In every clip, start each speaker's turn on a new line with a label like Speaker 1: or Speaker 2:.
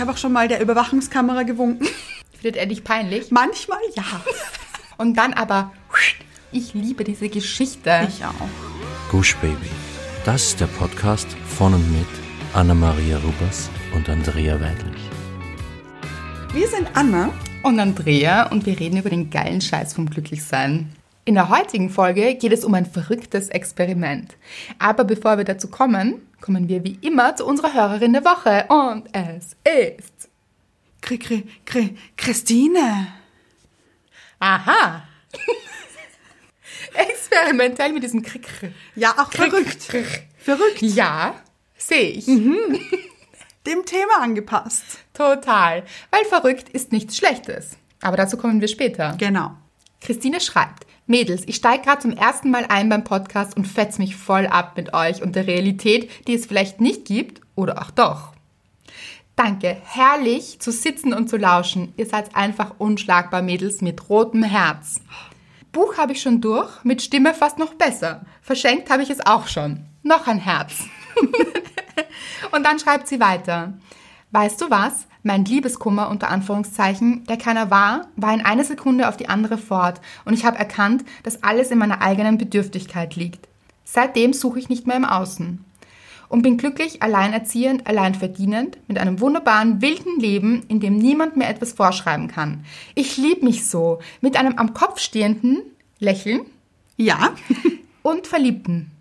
Speaker 1: einfach schon mal der Überwachungskamera gewunken?
Speaker 2: Findet er nicht peinlich?
Speaker 1: Manchmal ja.
Speaker 2: Und dann aber, ich liebe diese Geschichte.
Speaker 1: Ich auch.
Speaker 3: Gush Baby. Das ist der Podcast von und mit Anna-Maria Rubers und Andrea Weidlich.
Speaker 1: Wir sind Anna.
Speaker 2: Und Andrea und wir reden über den geilen Scheiß vom Glücklichsein. In der heutigen Folge geht es um ein verrücktes Experiment. Aber bevor wir dazu kommen, kommen wir wie immer zu unserer Hörerin der Woche. Und es ist.
Speaker 1: Kri, kri, kri, Christine.
Speaker 2: Aha! Experimentell mit diesem Krieg.
Speaker 1: Ja, auch verrückt. Verrückt.
Speaker 2: Ja, sehe ich.
Speaker 1: Dem Thema angepasst.
Speaker 2: Total. Weil verrückt ist nichts Schlechtes. Aber dazu kommen wir später.
Speaker 1: Genau.
Speaker 2: Christine schreibt, Mädels, ich steige gerade zum ersten Mal ein beim Podcast und fetz mich voll ab mit euch und der Realität, die es vielleicht nicht gibt oder auch doch. Danke, herrlich zu sitzen und zu lauschen. Ihr seid einfach unschlagbar, Mädels, mit rotem Herz. Buch habe ich schon durch, mit Stimme fast noch besser. Verschenkt habe ich es auch schon. Noch ein Herz. Und dann schreibt sie weiter. Weißt du was? Mein Liebeskummer unter Anführungszeichen, der keiner war, war in einer Sekunde auf die andere fort und ich habe erkannt, dass alles in meiner eigenen Bedürftigkeit liegt. Seitdem suche ich nicht mehr im Außen und bin glücklich, alleinerziehend, alleinverdienend, mit einem wunderbaren, wilden Leben, in dem niemand mir etwas vorschreiben kann. Ich liebe mich so, mit einem am Kopf stehenden Lächeln
Speaker 1: Ja.
Speaker 2: und Verliebten.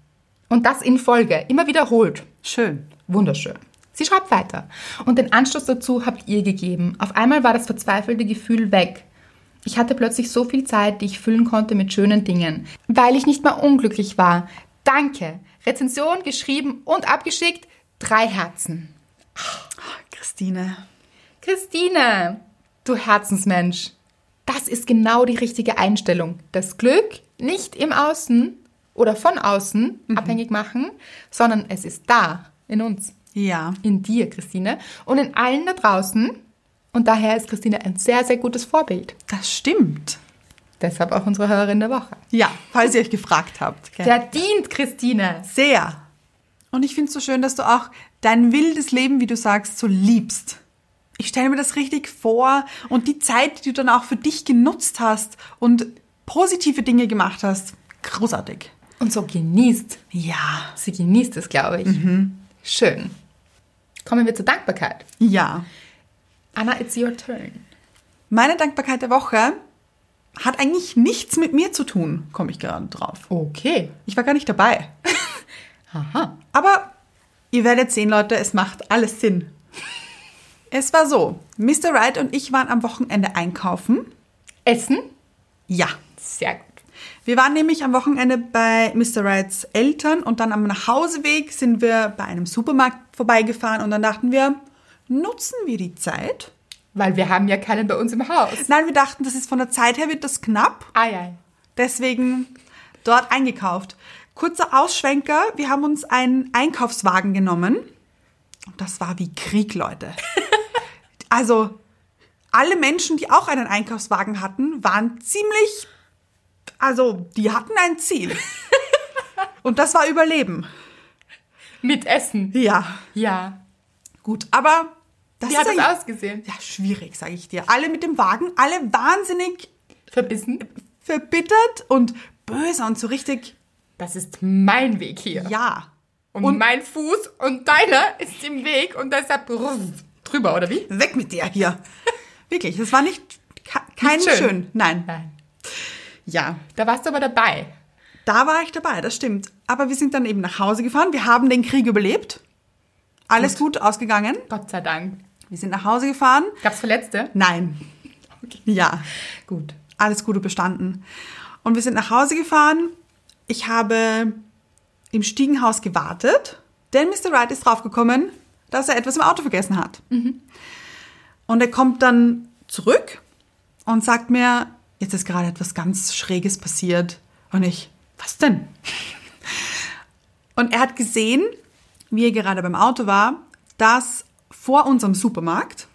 Speaker 2: Und das in Folge, immer wiederholt.
Speaker 1: Schön.
Speaker 2: Wunderschön. Sie schreibt weiter. Und den Anschluss dazu habt ihr gegeben. Auf einmal war das verzweifelte Gefühl weg. Ich hatte plötzlich so viel Zeit, die ich füllen konnte mit schönen Dingen, weil ich nicht mehr unglücklich war. Danke. Rezension geschrieben und abgeschickt. Drei Herzen.
Speaker 1: Christine.
Speaker 2: Christine, du Herzensmensch. Das ist genau die richtige Einstellung. Das Glück nicht im Außen oder von außen abhängig machen, sondern es ist da in uns.
Speaker 1: Ja.
Speaker 2: In dir, Christine, und in allen da draußen. Und daher ist Christine ein sehr, sehr gutes Vorbild.
Speaker 1: Das stimmt.
Speaker 2: Deshalb auch unsere Hörerin der Woche.
Speaker 1: Ja, falls ihr euch gefragt habt. gell?
Speaker 2: Verdient, Christine.
Speaker 1: Sehr. Und ich finde es so schön, dass du auch dein wildes Leben, wie du sagst, so liebst. Ich stelle mir das richtig vor und die Zeit, die du dann auch für dich genutzt hast und positive Dinge gemacht hast, großartig.
Speaker 2: Und so genießt.
Speaker 1: Ja.
Speaker 2: Sie genießt es, glaube ich. Schön. Kommen wir zur Dankbarkeit.
Speaker 1: Ja.
Speaker 2: Anna, it's your turn.
Speaker 1: Meine Dankbarkeit der Woche hat eigentlich nichts mit mir zu tun, komme ich gerade drauf.
Speaker 2: Okay.
Speaker 1: Ich war gar nicht dabei.
Speaker 2: Aha.
Speaker 1: Aber ihr werdet sehen, Leute, es macht alles Sinn. Es war so, Mr. Wright und ich waren am Wochenende einkaufen.
Speaker 2: Essen?
Speaker 1: Ja.
Speaker 2: Sehr gut.
Speaker 1: Wir waren nämlich am Wochenende bei Mr. Wrights Eltern und dann am Nachhauseweg sind wir bei einem Supermarkt vorbeigefahren und dann dachten wir, nutzen wir die Zeit?
Speaker 2: Weil wir haben ja keinen bei uns im Haus.
Speaker 1: Nein, wir dachten, das ist von der Zeit her wird das knapp.
Speaker 2: Ei, ei.
Speaker 1: deswegen dort eingekauft. Kurzer Ausschwenker, wir haben uns einen Einkaufswagen genommen. Und das war wie Krieg, Leute. Also alle Menschen, die auch einen Einkaufswagen hatten, waren ziemlich, also die hatten ein Ziel. Und das war Überleben.
Speaker 2: Mit Essen.
Speaker 1: Ja,
Speaker 2: Ja.
Speaker 1: gut, aber das
Speaker 2: Wie
Speaker 1: ist
Speaker 2: hat es
Speaker 1: eigentlich-
Speaker 2: ausgesehen?
Speaker 1: ja schwierig, sage ich dir. Alle mit dem Wagen, alle wahnsinnig
Speaker 2: Verbissen?
Speaker 1: verbittert und böse und so richtig,
Speaker 2: Das ist mein Weg hier.
Speaker 1: ja.
Speaker 2: Und, mein Fuß und deiner ist im Weg und deshalb ruf, drüber, oder wie?
Speaker 1: weg mit dir hier. Wirklich, es war nicht ke- kein
Speaker 2: Nicht schön.
Speaker 1: schön. Nein.
Speaker 2: Nein.
Speaker 1: Ja,
Speaker 2: Da warst du aber dabei.
Speaker 1: da war ich dabei, das stimmt. Aber wir sind dann eben nach Hause gefahren. Wir haben den Krieg überlebt. Alles gut ausgegangen.
Speaker 2: Gott sei Dank.
Speaker 1: Wir sind nach Hause gefahren.
Speaker 2: Gab's Verletzte?
Speaker 1: Nein. Ja,
Speaker 2: Gut.
Speaker 1: alles Gute bestanden. Und wir sind nach Hause gefahren. Ich habe im Stiegenhaus gewartet, denn Mr. Wright ist draufgekommen, dass er etwas im Auto vergessen hat. Und er kommt dann zurück und sagt mir, jetzt ist gerade etwas ganz Schräges passiert. Und ich, was denn? Und er hat gesehen, wie er gerade beim Auto war, dass vor unserem Supermarkt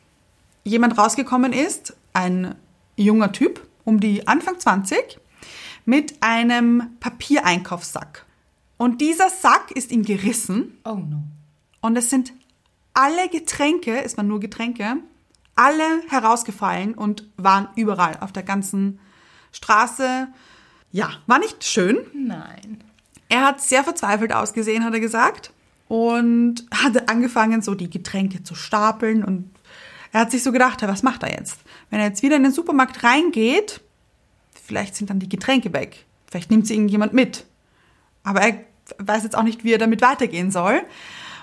Speaker 1: jemand rausgekommen ist, ein junger Typ, um die Anfang 20, mit einem Papiereinkaufssack. Und dieser Sack ist ihm gerissen
Speaker 2: Oh no.
Speaker 1: und es sind alle Getränke, es waren nur Getränke, alle herausgefallen und waren überall auf der ganzen Straße. Ja, war nicht schön.
Speaker 2: Nein.
Speaker 1: Er hat sehr verzweifelt ausgesehen, hat er gesagt. Und hat angefangen, so die Getränke zu stapeln. Und er hat sich so gedacht, "Ja, was macht er jetzt? Wenn er jetzt wieder in den Supermarkt reingeht, vielleicht sind dann die Getränke weg. Vielleicht nimmt sie irgendjemand mit. Aber er weiß jetzt auch nicht, wie er damit weitergehen soll.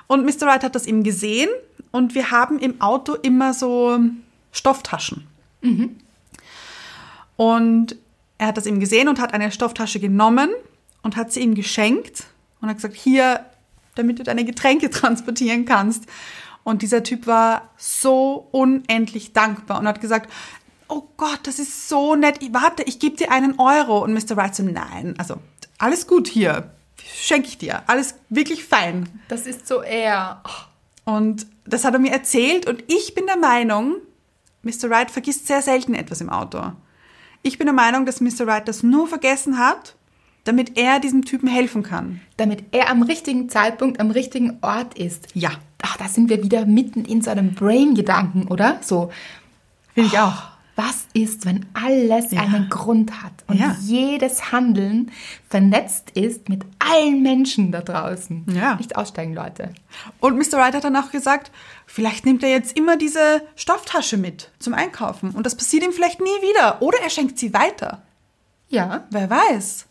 Speaker 1: Und Mr. Wright hat das eben gesehen. Und wir haben im Auto immer so Stofftaschen. Und er hat das eben gesehen und hat eine Stofftasche genommen und hat sie ihm geschenkt und hat gesagt, hier, damit du deine Getränke transportieren kannst. Und dieser Typ war so unendlich dankbar und hat gesagt, oh Gott, das ist so nett. Ich, warte, ich gebe dir einen Euro. Und Mr. Wright so, nein, also alles gut hier, schenke ich dir. Alles wirklich fein.
Speaker 2: Das ist so oh, er.
Speaker 1: Und das hat er mir erzählt und ich bin der Meinung, Mr. Wright vergisst sehr selten etwas im Auto. Ich bin der Meinung, dass Mr. Wright das nur vergessen hat, damit er diesem Typen helfen kann.
Speaker 2: Damit er am richtigen Zeitpunkt am richtigen Ort ist.
Speaker 1: Ja,
Speaker 2: Ach, da sind wir wieder mitten in so einem Brain-Gedanken, oder? So,
Speaker 1: finde ich auch.
Speaker 2: was ist, wenn alles einen Grund hat und
Speaker 1: Ja.
Speaker 2: jedes Handeln vernetzt ist mit allen Menschen da draußen?
Speaker 1: Ja.
Speaker 2: Nicht aussteigen, Leute.
Speaker 1: Und Mr. Wright hat dann auch gesagt, vielleicht nimmt er jetzt immer diese Stofftasche mit zum Einkaufen und das passiert ihm vielleicht nie wieder oder er schenkt sie weiter.
Speaker 2: Ja.
Speaker 1: Wer weiß?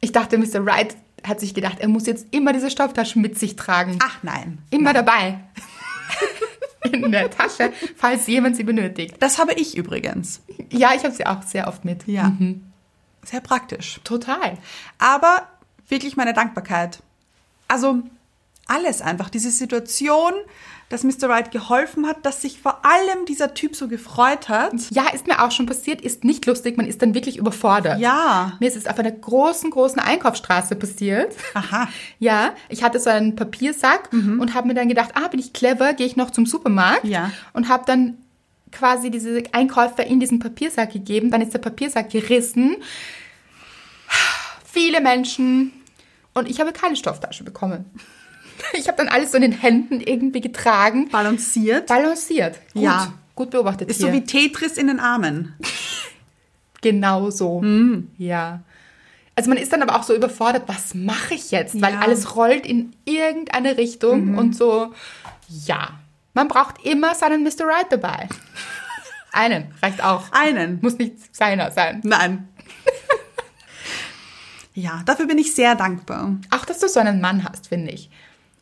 Speaker 2: Ich dachte, Mr. Wright hat sich gedacht, er muss jetzt immer diese Stofftaschen mit sich tragen.
Speaker 1: Ach Ah, nein.
Speaker 2: Immer dabei. In der Tasche, falls jemand sie benötigt.
Speaker 1: Das habe ich übrigens.
Speaker 2: Ja, ich habe sie auch sehr oft mit.
Speaker 1: Ja. Sehr praktisch.
Speaker 2: Total.
Speaker 1: Aber wirklich meine Dankbarkeit. Also alles einfach. Diese Situation, dass Mr. Wright geholfen hat, dass sich vor allem dieser Typ so gefreut hat.
Speaker 2: Ja, ist mir auch schon passiert, ist nicht lustig, man ist dann wirklich überfordert.
Speaker 1: Ja.
Speaker 2: Mir ist es auf einer großen, großen Einkaufsstraße passiert.
Speaker 1: Aha. Mhm.
Speaker 2: Ja, ich hatte so einen Papiersack und habe mir dann gedacht, ah, bin ich clever, gehe ich noch zum Supermarkt
Speaker 1: Ja.
Speaker 2: und habe dann quasi diese Einkäufe in diesen Papiersack gegeben. Dann ist der Papiersack gerissen. Viele Menschen und ich habe keine Stofftasche bekommen. Ich habe dann alles so in den Händen irgendwie getragen.
Speaker 1: Balanciert.
Speaker 2: Balanciert. Gut,
Speaker 1: Ja.
Speaker 2: gut beobachtet
Speaker 1: Ist
Speaker 2: hier.
Speaker 1: so wie Tetris in den Armen.
Speaker 2: Genau so.
Speaker 1: Mm.
Speaker 2: Ja. Also man ist dann aber auch so überfordert, was mache ich jetzt? Weil
Speaker 1: Ja. Mhm.
Speaker 2: alles rollt in irgendeine Richtung und so, ja. Man braucht immer seinen Mr. Right dabei. Einen reicht auch.
Speaker 1: Einen.
Speaker 2: Muss nicht seiner sein.
Speaker 1: Nein. ja, dafür bin ich sehr dankbar.
Speaker 2: Auch, dass du so einen Mann hast, finde ich.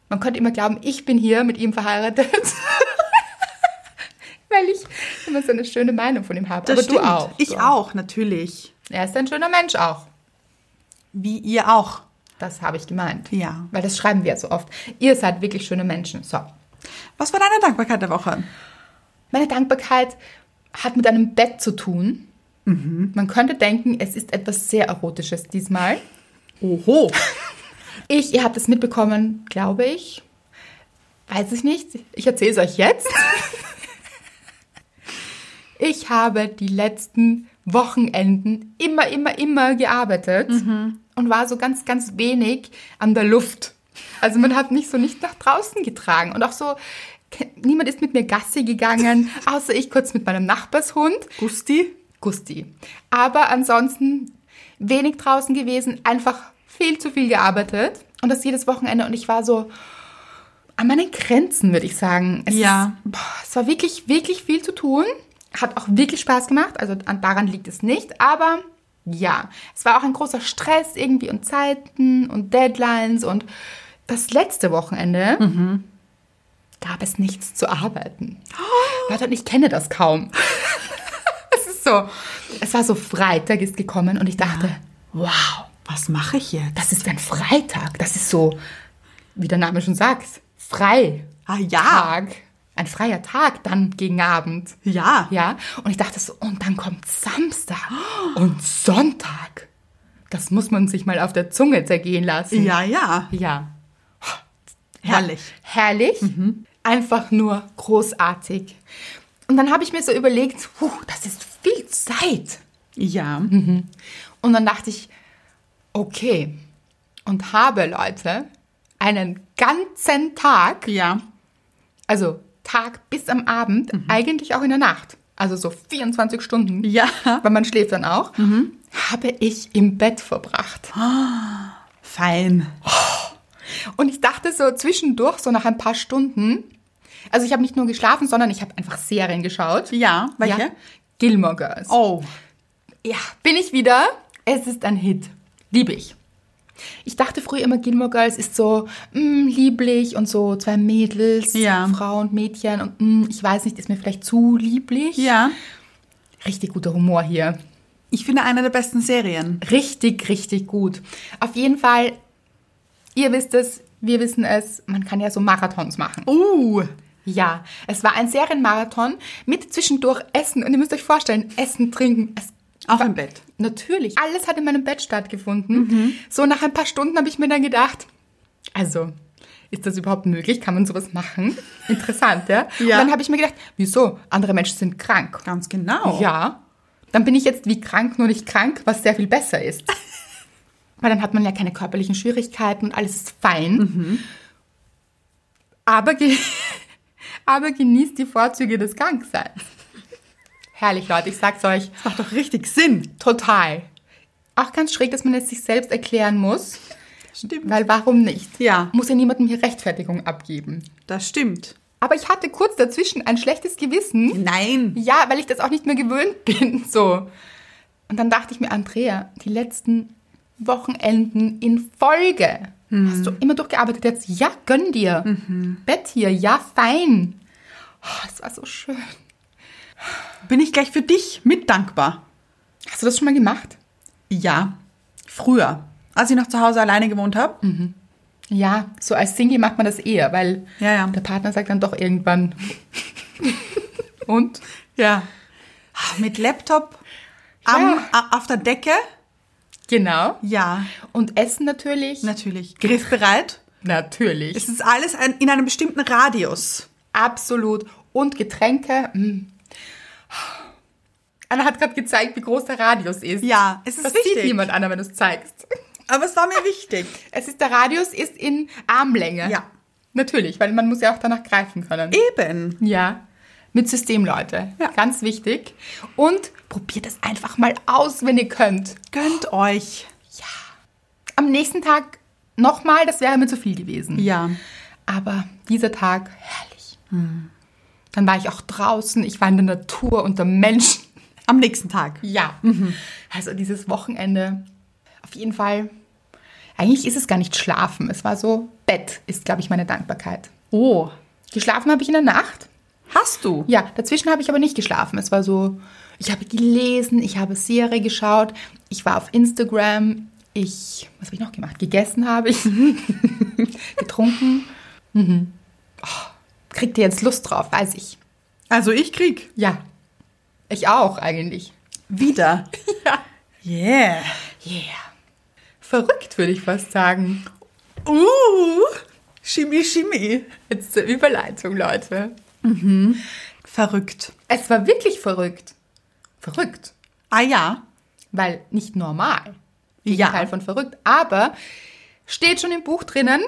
Speaker 2: Man könnte immer glauben, ich bin hier mit ihm verheiratet. Weil ich immer so eine schöne Meinung von ihm habe. aber du auch.
Speaker 1: Ich
Speaker 2: so.
Speaker 1: auch, natürlich.
Speaker 2: Er ist ein schöner Mensch auch.
Speaker 1: Wie ihr auch.
Speaker 2: Das habe ich gemeint.
Speaker 1: Ja.
Speaker 2: Weil das schreiben wir ja so oft. Ihr seid wirklich schöne Menschen. So.
Speaker 1: Was war deine Dankbarkeit der Woche?
Speaker 2: Meine Dankbarkeit hat mit einem Bett zu tun. Man könnte denken, es ist etwas sehr Erotisches diesmal.
Speaker 1: Oho.
Speaker 2: Ich, ihr habt es mitbekommen, glaube ich. Weiß ich nicht. Ich erzähle es euch jetzt. ich habe die letzten Wochenenden immer, immer, immer gearbeitet und war so ganz, ganz wenig an der Luft. Also man hat mich so nicht nach draußen getragen und auch so. ke- Niemand ist mit mir Gassi gegangen, außer ich kurz mit meinem Nachbarshund.
Speaker 1: Gusti?
Speaker 2: Gusti. Aber ansonsten wenig draußen gewesen, einfach viel zu viel gearbeitet und das jedes Wochenende und ich war so an meinen Grenzen, würde ich sagen. Es,
Speaker 1: Ja.
Speaker 2: ist, boah, es war wirklich, wirklich viel zu tun. Hat auch wirklich Spaß gemacht, also an, daran liegt es nicht, aber ja, es war auch ein großer Stress irgendwie und Zeiten und Deadlines und das letzte Wochenende gab es nichts zu arbeiten. Warte, und ich kenne das kaum. es ist so, es war so Freitag ist gekommen und ich dachte, wow,
Speaker 1: Was mache ich jetzt?
Speaker 2: das ist ein Freitag. Das ist so, wie der Name schon sagt, frei.
Speaker 1: Ah, ja.
Speaker 2: Tag. Ein freier Tag dann gegen Abend.
Speaker 1: Ja.
Speaker 2: Ja. Und ich dachte so, und dann kommt Samstag
Speaker 1: Oh.
Speaker 2: und Sonntag. Das muss man sich mal auf der Zunge zergehen lassen.
Speaker 1: Ja, ja.
Speaker 2: Ja.
Speaker 1: Herrlich. Mhm.
Speaker 2: Herrlich. Einfach nur großartig. Und dann habe ich mir so überlegt, puh, das ist viel Zeit.
Speaker 1: Ja.
Speaker 2: Und dann dachte ich, okay, und habe Leute einen ganzen Tag
Speaker 1: Ja.
Speaker 2: Also Tag bis am Abend, eigentlich auch in der Nacht. Also so 24 Stunden.
Speaker 1: Mhm. Ja. Mhm.
Speaker 2: Weil man schläft dann auch. Habe ich im Bett verbracht.
Speaker 1: Fein.
Speaker 2: Und ich dachte so zwischendurch, so nach ein paar Stunden, also ich habe nicht nur geschlafen, sondern ich habe einfach Serien geschaut.
Speaker 1: Ja, welche?
Speaker 2: Gilmore Girls.
Speaker 1: Oh.
Speaker 2: Ja, bin ich wieder. Es ist ein Hit. Liebe ich. Ich dachte früher immer, Gilmore Girls ist so mm, lieblich und so zwei Mädels,
Speaker 1: Ja.
Speaker 2: Frau und Mädchen und mm, ich weiß nicht, ist mir vielleicht zu lieblich.
Speaker 1: Ja.
Speaker 2: Richtig guter Humor hier.
Speaker 1: Ich finde eine der besten Serien.
Speaker 2: Richtig, richtig gut. Auf jeden Fall, ihr wisst es, wir wissen es, man kann ja so Marathons machen.
Speaker 1: Uh.
Speaker 2: Ja, es war ein Serienmarathon mit zwischendurch Essen und ihr müsst euch vorstellen, Essen, Trinken, es
Speaker 1: Auch im Bett.
Speaker 2: Natürlich. Alles hat in meinem Bett stattgefunden. So nach ein paar Stunden habe ich mir dann gedacht, also ist das überhaupt möglich? Kann man sowas machen? Interessant, ja? Und
Speaker 1: Ja.
Speaker 2: dann habe ich mir gedacht, wieso? Andere Menschen sind krank.
Speaker 1: Ganz genau.
Speaker 2: Ja. Dann bin ich jetzt wie krank, nur nicht krank, was sehr viel besser ist. Weil dann hat man ja keine körperlichen Schwierigkeiten und alles ist fein. Aber, ge aber genießt die Vorzüge des Krankseins. Herrlich, Leute, ich sag's euch.
Speaker 1: Das macht doch richtig Sinn.
Speaker 2: Total. Auch ganz schräg, dass man es sich selbst erklären muss,
Speaker 1: Stimmt.
Speaker 2: weil warum nicht?
Speaker 1: Ja.
Speaker 2: Muss ja niemandem hier Rechtfertigung abgeben.
Speaker 1: Das stimmt.
Speaker 2: Aber ich hatte kurz dazwischen ein schlechtes Gewissen.
Speaker 1: Nein.
Speaker 2: Ja, weil ich das auch nicht mehr gewöhnt bin, so. Und dann dachte ich mir, Andrea, die letzten Wochenenden in Folge hast du immer durchgearbeitet jetzt. Ja, gönn dir. Bett hier, ja, fein. Oh, das war so schön.
Speaker 1: Bin ich gleich für dich mit dankbar.
Speaker 2: Hast du das schon mal gemacht?
Speaker 1: Ja. Früher. Als ich noch zu Hause alleine gewohnt habe.
Speaker 2: Ja, so als Single macht man das eher, weil
Speaker 1: Ja, ja.
Speaker 2: der Partner sagt dann doch irgendwann. Und?
Speaker 1: Ja. Ah, Mit Laptop am,
Speaker 2: Ja.
Speaker 1: a- auf der Decke.
Speaker 2: Genau.
Speaker 1: Ja.
Speaker 2: Und Essen natürlich?
Speaker 1: Natürlich. Griffbereit.
Speaker 2: natürlich.
Speaker 1: Es ist alles ein, in einem bestimmten Radius.
Speaker 2: Absolut. Und Getränke? mm. Anna hat gerade gezeigt, wie groß der Radius ist.
Speaker 1: Ja, es ist
Speaker 2: das
Speaker 1: wichtig.
Speaker 2: sieht niemand, Anna, wenn du es zeigst.
Speaker 1: Aber es war mir wichtig.
Speaker 2: Es ist, der Radius ist in Armlänge.
Speaker 1: Ja.
Speaker 2: Natürlich, weil man muss ja auch danach greifen können.
Speaker 1: Eben.
Speaker 2: Ja, mit System, Leute.
Speaker 1: Ja.
Speaker 2: Ganz wichtig. Und probiert es einfach mal aus, wenn ihr könnt.
Speaker 1: Gönnt euch.
Speaker 2: Am nächsten Tag nochmal, das wäre mir zu viel gewesen.
Speaker 1: Ja.
Speaker 2: Aber dieser Tag, herrlich. Dann war ich auch draußen, ich war in der Natur unter Menschen.
Speaker 1: Am nächsten Tag.
Speaker 2: Ja. Also dieses Wochenende, auf jeden Fall. Eigentlich ist es gar nicht schlafen, es war so Bett, ist, glaube ich, meine Dankbarkeit.
Speaker 1: Oh.
Speaker 2: Geschlafen habe ich in der Nacht.
Speaker 1: Hast du?
Speaker 2: Ja, dazwischen habe ich aber nicht geschlafen. Es war so, ich habe gelesen, ich habe Serie geschaut, ich war auf Instagram, ich, was habe ich noch gemacht? Gegessen habe ich, getrunken. Mhm. Oh, kriegt ihr jetzt Lust drauf, weiß ich.
Speaker 1: Also ich krieg.
Speaker 2: Ja, ich auch eigentlich.
Speaker 1: Wieder.
Speaker 2: Ja.
Speaker 1: Yeah.
Speaker 2: Yeah. Verrückt würde ich fast sagen.
Speaker 1: Uh. Shimmy, shimmy.
Speaker 2: Jetzt zur Überleitung, Leute.
Speaker 1: Verrückt.
Speaker 2: Es war wirklich verrückt. Verrückt.
Speaker 1: Ah ja.
Speaker 2: Weil nicht normal.
Speaker 1: Ja.
Speaker 2: Teil von verrückt. Aber steht schon im Buch drinnen,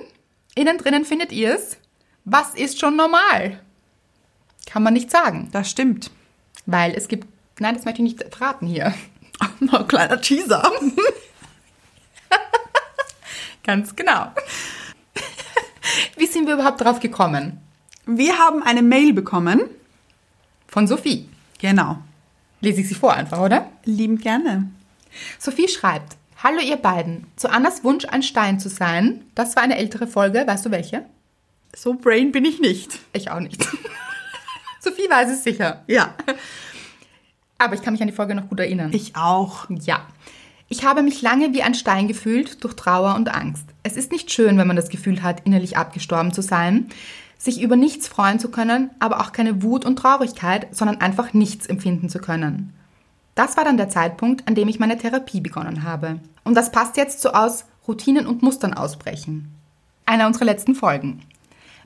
Speaker 2: innen drinnen findet ihr es. Was ist schon normal? Kann man nicht sagen.
Speaker 1: Das stimmt.
Speaker 2: Weil es gibt. Nein, das möchte ich nicht verraten hier.
Speaker 1: Na, kleiner Teaser.
Speaker 2: Ganz genau. Wie sind wir überhaupt drauf gekommen?
Speaker 1: Wir haben eine Mail bekommen.
Speaker 2: Von Sophie.
Speaker 1: Genau.
Speaker 2: Lese ich sie vor einfach, oder?
Speaker 1: Lieben gerne.
Speaker 2: Sophie schreibt: Hallo, ihr beiden. Zu Annas Wunsch, ein Stein zu sein. Das war eine ältere Folge. Weißt du welche?
Speaker 1: So brain bin ich nicht.
Speaker 2: Ich auch nicht. Sophie weiß es sicher.
Speaker 1: Ja.
Speaker 2: Aber ich kann mich an die Folge noch gut erinnern.
Speaker 1: Ich auch.
Speaker 2: Ja. Ich habe mich lange wie ein Stein gefühlt durch Trauer und Angst. Es ist nicht schön, wenn man das Gefühl hat, innerlich abgestorben zu sein, sich über nichts freuen zu können, aber auch keine Wut und Traurigkeit, sondern einfach nichts empfinden zu können. Das war dann der Zeitpunkt, an dem ich meine Therapie begonnen habe. Und das passt jetzt so aus Routinen und Mustern ausbrechen. Einer unserer letzten Folgen.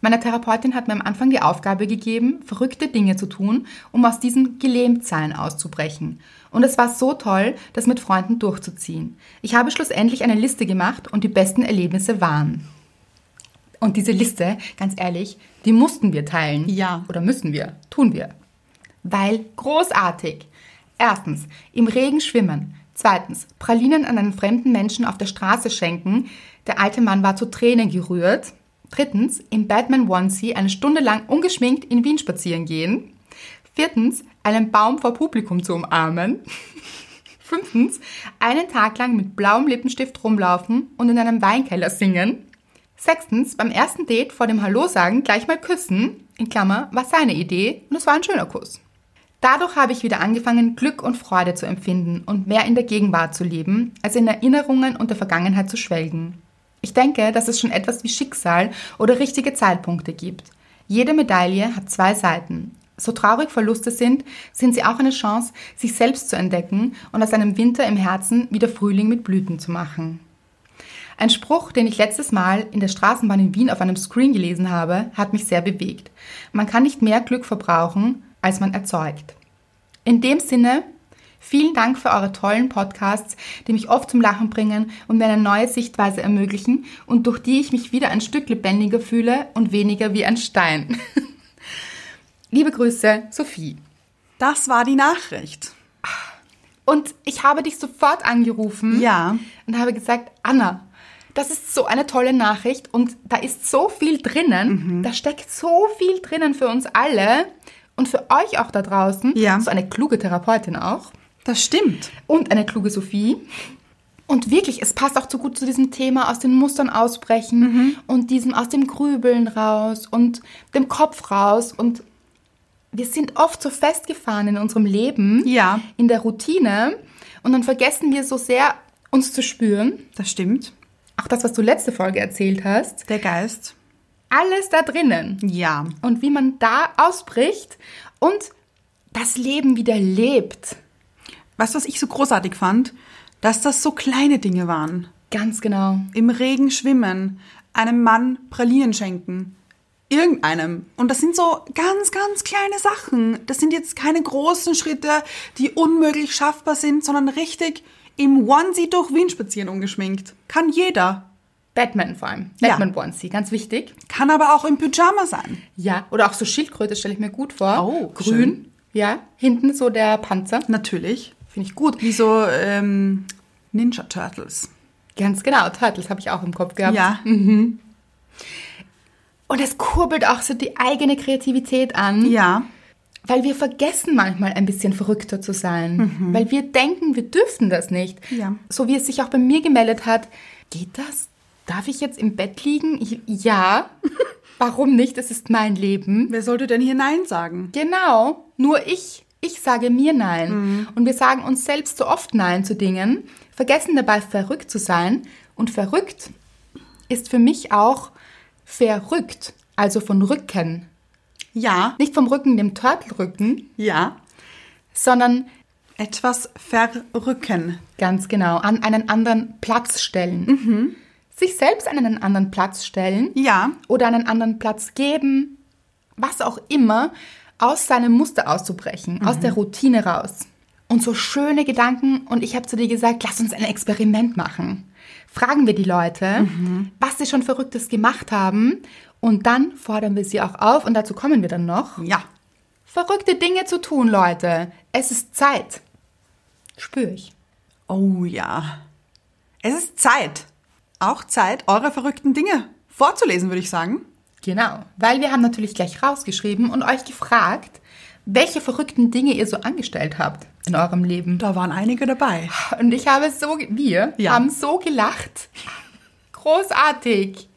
Speaker 2: Meine Therapeutin hat mir am Anfang die Aufgabe gegeben, verrückte Dinge zu tun, um aus diesem Gelähmtsein auszubrechen. Und es war so toll, das mit Freunden durchzuziehen. Ich habe schlussendlich eine Liste gemacht und die besten Erlebnisse waren. Und diese Liste, ganz ehrlich, die mussten wir teilen.
Speaker 1: Ja.
Speaker 2: Oder müssen wir. Tun wir. Weil großartig. Erstens, im Regen schwimmen. Zweitens, Pralinen an einen fremden Menschen auf der Straße schenken. Der alte Mann war zu Tränen gerührt. Drittens, im Batman Onesie eine Stunde lang ungeschminkt in Wien spazieren gehen. Viertens, einen Baum vor Publikum zu umarmen. Fünftens, einen Tag lang mit blauem Lippenstift rumlaufen und in einem Weinkeller singen. Sechstens, beim ersten Date vor dem Hallo sagen gleich mal küssen, in Klammer, war seine Idee und es war ein schöner Kuss. Dadurch habe ich wieder angefangen, Glück und Freude zu empfinden und mehr in der Gegenwart zu leben, als in Erinnerungen und der Vergangenheit zu schwelgen. Ich denke, dass es schon etwas wie Schicksal oder richtige Zeitpunkte gibt. Jede Medaille hat zwei Seiten. So traurig Verluste sind, sind sie auch eine Chance, sich selbst zu entdecken und aus einem Winter im Herzen wieder Frühling mit Blüten zu machen. Ein Spruch, den ich letztes Mal in der Straßenbahn in Wien auf einem Screen gelesen habe, hat mich sehr bewegt. Man kann nicht mehr Glück verbrauchen, als man erzeugt. In dem Sinne, vielen Dank für eure tollen Podcasts, die mich oft zum Lachen bringen und mir eine neue Sichtweise ermöglichen und durch die ich mich wieder ein Stück lebendiger fühle und weniger wie ein Stein. Liebe Grüße, Sophie.
Speaker 1: Das war die Nachricht.
Speaker 2: Und ich habe dich sofort angerufen
Speaker 1: Ja.
Speaker 2: und habe gesagt, Anna, das ist so eine tolle Nachricht und da ist so viel drinnen,
Speaker 1: Mhm.
Speaker 2: da steckt so viel drinnen für uns alle und für euch auch da draußen.
Speaker 1: Ja.
Speaker 2: So eine kluge Therapeutin auch
Speaker 1: Das stimmt.
Speaker 2: und eine kluge Sophie. Und wirklich, es passt auch zu gut zu diesem Thema aus den Mustern ausbrechen
Speaker 1: Mhm.
Speaker 2: und diesem aus dem Grübeln raus und dem Kopf raus. Und wir sind oft so festgefahren in unserem Leben,
Speaker 1: Ja.
Speaker 2: in der Routine. Und dann vergessen wir so sehr, uns zu spüren.
Speaker 1: Das stimmt.
Speaker 2: Auch das, was du letzte Folge erzählt hast.
Speaker 1: Der Geist.
Speaker 2: Alles da drinnen
Speaker 1: Ja.
Speaker 2: und wie man da ausbricht und das Leben wieder lebt.
Speaker 1: Weißt du, was ich so großartig fand? Dass das so kleine Dinge waren.
Speaker 2: Ganz genau.
Speaker 1: Im Regen schwimmen, einem Mann Pralinen schenken. Irgendeinem. Und das sind so ganz, ganz kleine Sachen. Das sind jetzt keine großen Schritte, die unmöglich schaffbar sind, sondern richtig im Onesie durch Wien spazieren ungeschminkt. Kann jeder.
Speaker 2: Batman vor allem.
Speaker 1: Ja.
Speaker 2: Batman Onesie, ganz wichtig.
Speaker 1: Kann aber auch im Pyjama sein.
Speaker 2: Ja. Oder auch so Schildkröte stelle ich mir gut vor.
Speaker 1: Oh,
Speaker 2: grün.
Speaker 1: schön.
Speaker 2: Ja, hinten so der Panzer.
Speaker 1: Natürlich.
Speaker 2: Finde ich gut.
Speaker 1: Wie so ähm, Ninja Turtles.
Speaker 2: Ganz genau, Turtles habe ich auch im Kopf gehabt.
Speaker 1: Ja.
Speaker 2: Und es kurbelt auch so die eigene Kreativität an,
Speaker 1: Ja.
Speaker 2: weil wir vergessen manchmal ein bisschen verrückter zu sein. Weil wir denken, wir dürften das nicht.
Speaker 1: Mhm. Ja.
Speaker 2: So wie es sich auch bei mir gemeldet hat. Geht das? Darf ich jetzt im Bett liegen? Ich, ja. Warum nicht? Es ist mein Leben.
Speaker 1: Wer sollte denn hier Nein sagen?
Speaker 2: Genau, nur ich. Ich sage mir Nein. Und wir sagen uns selbst so oft Nein zu Dingen, vergessen dabei verrückt zu sein. Und verrückt ist für mich auch verrückt, also von Rücken.
Speaker 1: Ja.
Speaker 2: Nicht vom Rücken, dem Turtelrücken,
Speaker 1: Ja.
Speaker 2: sondern
Speaker 1: Etwas verrücken.
Speaker 2: ganz genau an einen anderen Platz stellen. Sich selbst an einen anderen Platz stellen
Speaker 1: Ja.
Speaker 2: oder einen anderen Platz geben, was auch immer, aus seinem Muster auszubrechen, aus der Routine raus. Und so schöne Gedanken. Und ich habe zu dir gesagt, lass uns ein Experiment machen. Fragen wir die Leute, was sie schon Verrücktes gemacht haben. Und dann fordern wir sie auch auf. Und dazu kommen wir dann noch.
Speaker 1: Ja.
Speaker 2: Verrückte Dinge zu tun, Leute. Es ist Zeit. Spür ich.
Speaker 1: Oh ja. Es ist Zeit. Auch Zeit, eure verrückten Dinge vorzulesen, würde ich sagen.
Speaker 2: Genau, weil wir haben natürlich gleich rausgeschrieben und euch gefragt, welche verrückten Dinge ihr so angestellt habt in eurem Leben.
Speaker 1: Da waren einige dabei.
Speaker 2: Und ich habe so, ge- wir
Speaker 1: Ja.
Speaker 2: haben so gelacht. Großartig.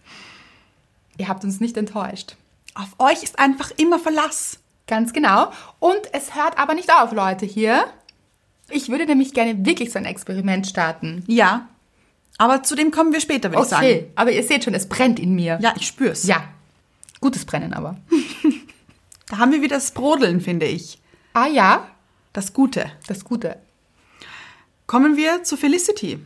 Speaker 2: Ihr habt uns nicht enttäuscht.
Speaker 1: Auf euch ist einfach immer Verlass.
Speaker 2: Ganz genau. Und es hört aber nicht auf, Leute, hier. Ich würde nämlich gerne wirklich so ein Experiment starten.
Speaker 1: Ja. Aber zu dem kommen wir später, würde ich sagen.
Speaker 2: Okay, aber ihr seht schon, es brennt in mir.
Speaker 1: Ja, ich spür's.
Speaker 2: ja. Gutes Brennen aber.
Speaker 1: Da haben wir wieder das Brodeln, finde ich.
Speaker 2: Ah ja,
Speaker 1: Das Gute.
Speaker 2: das Gute.
Speaker 1: Kommen wir zu Felicity.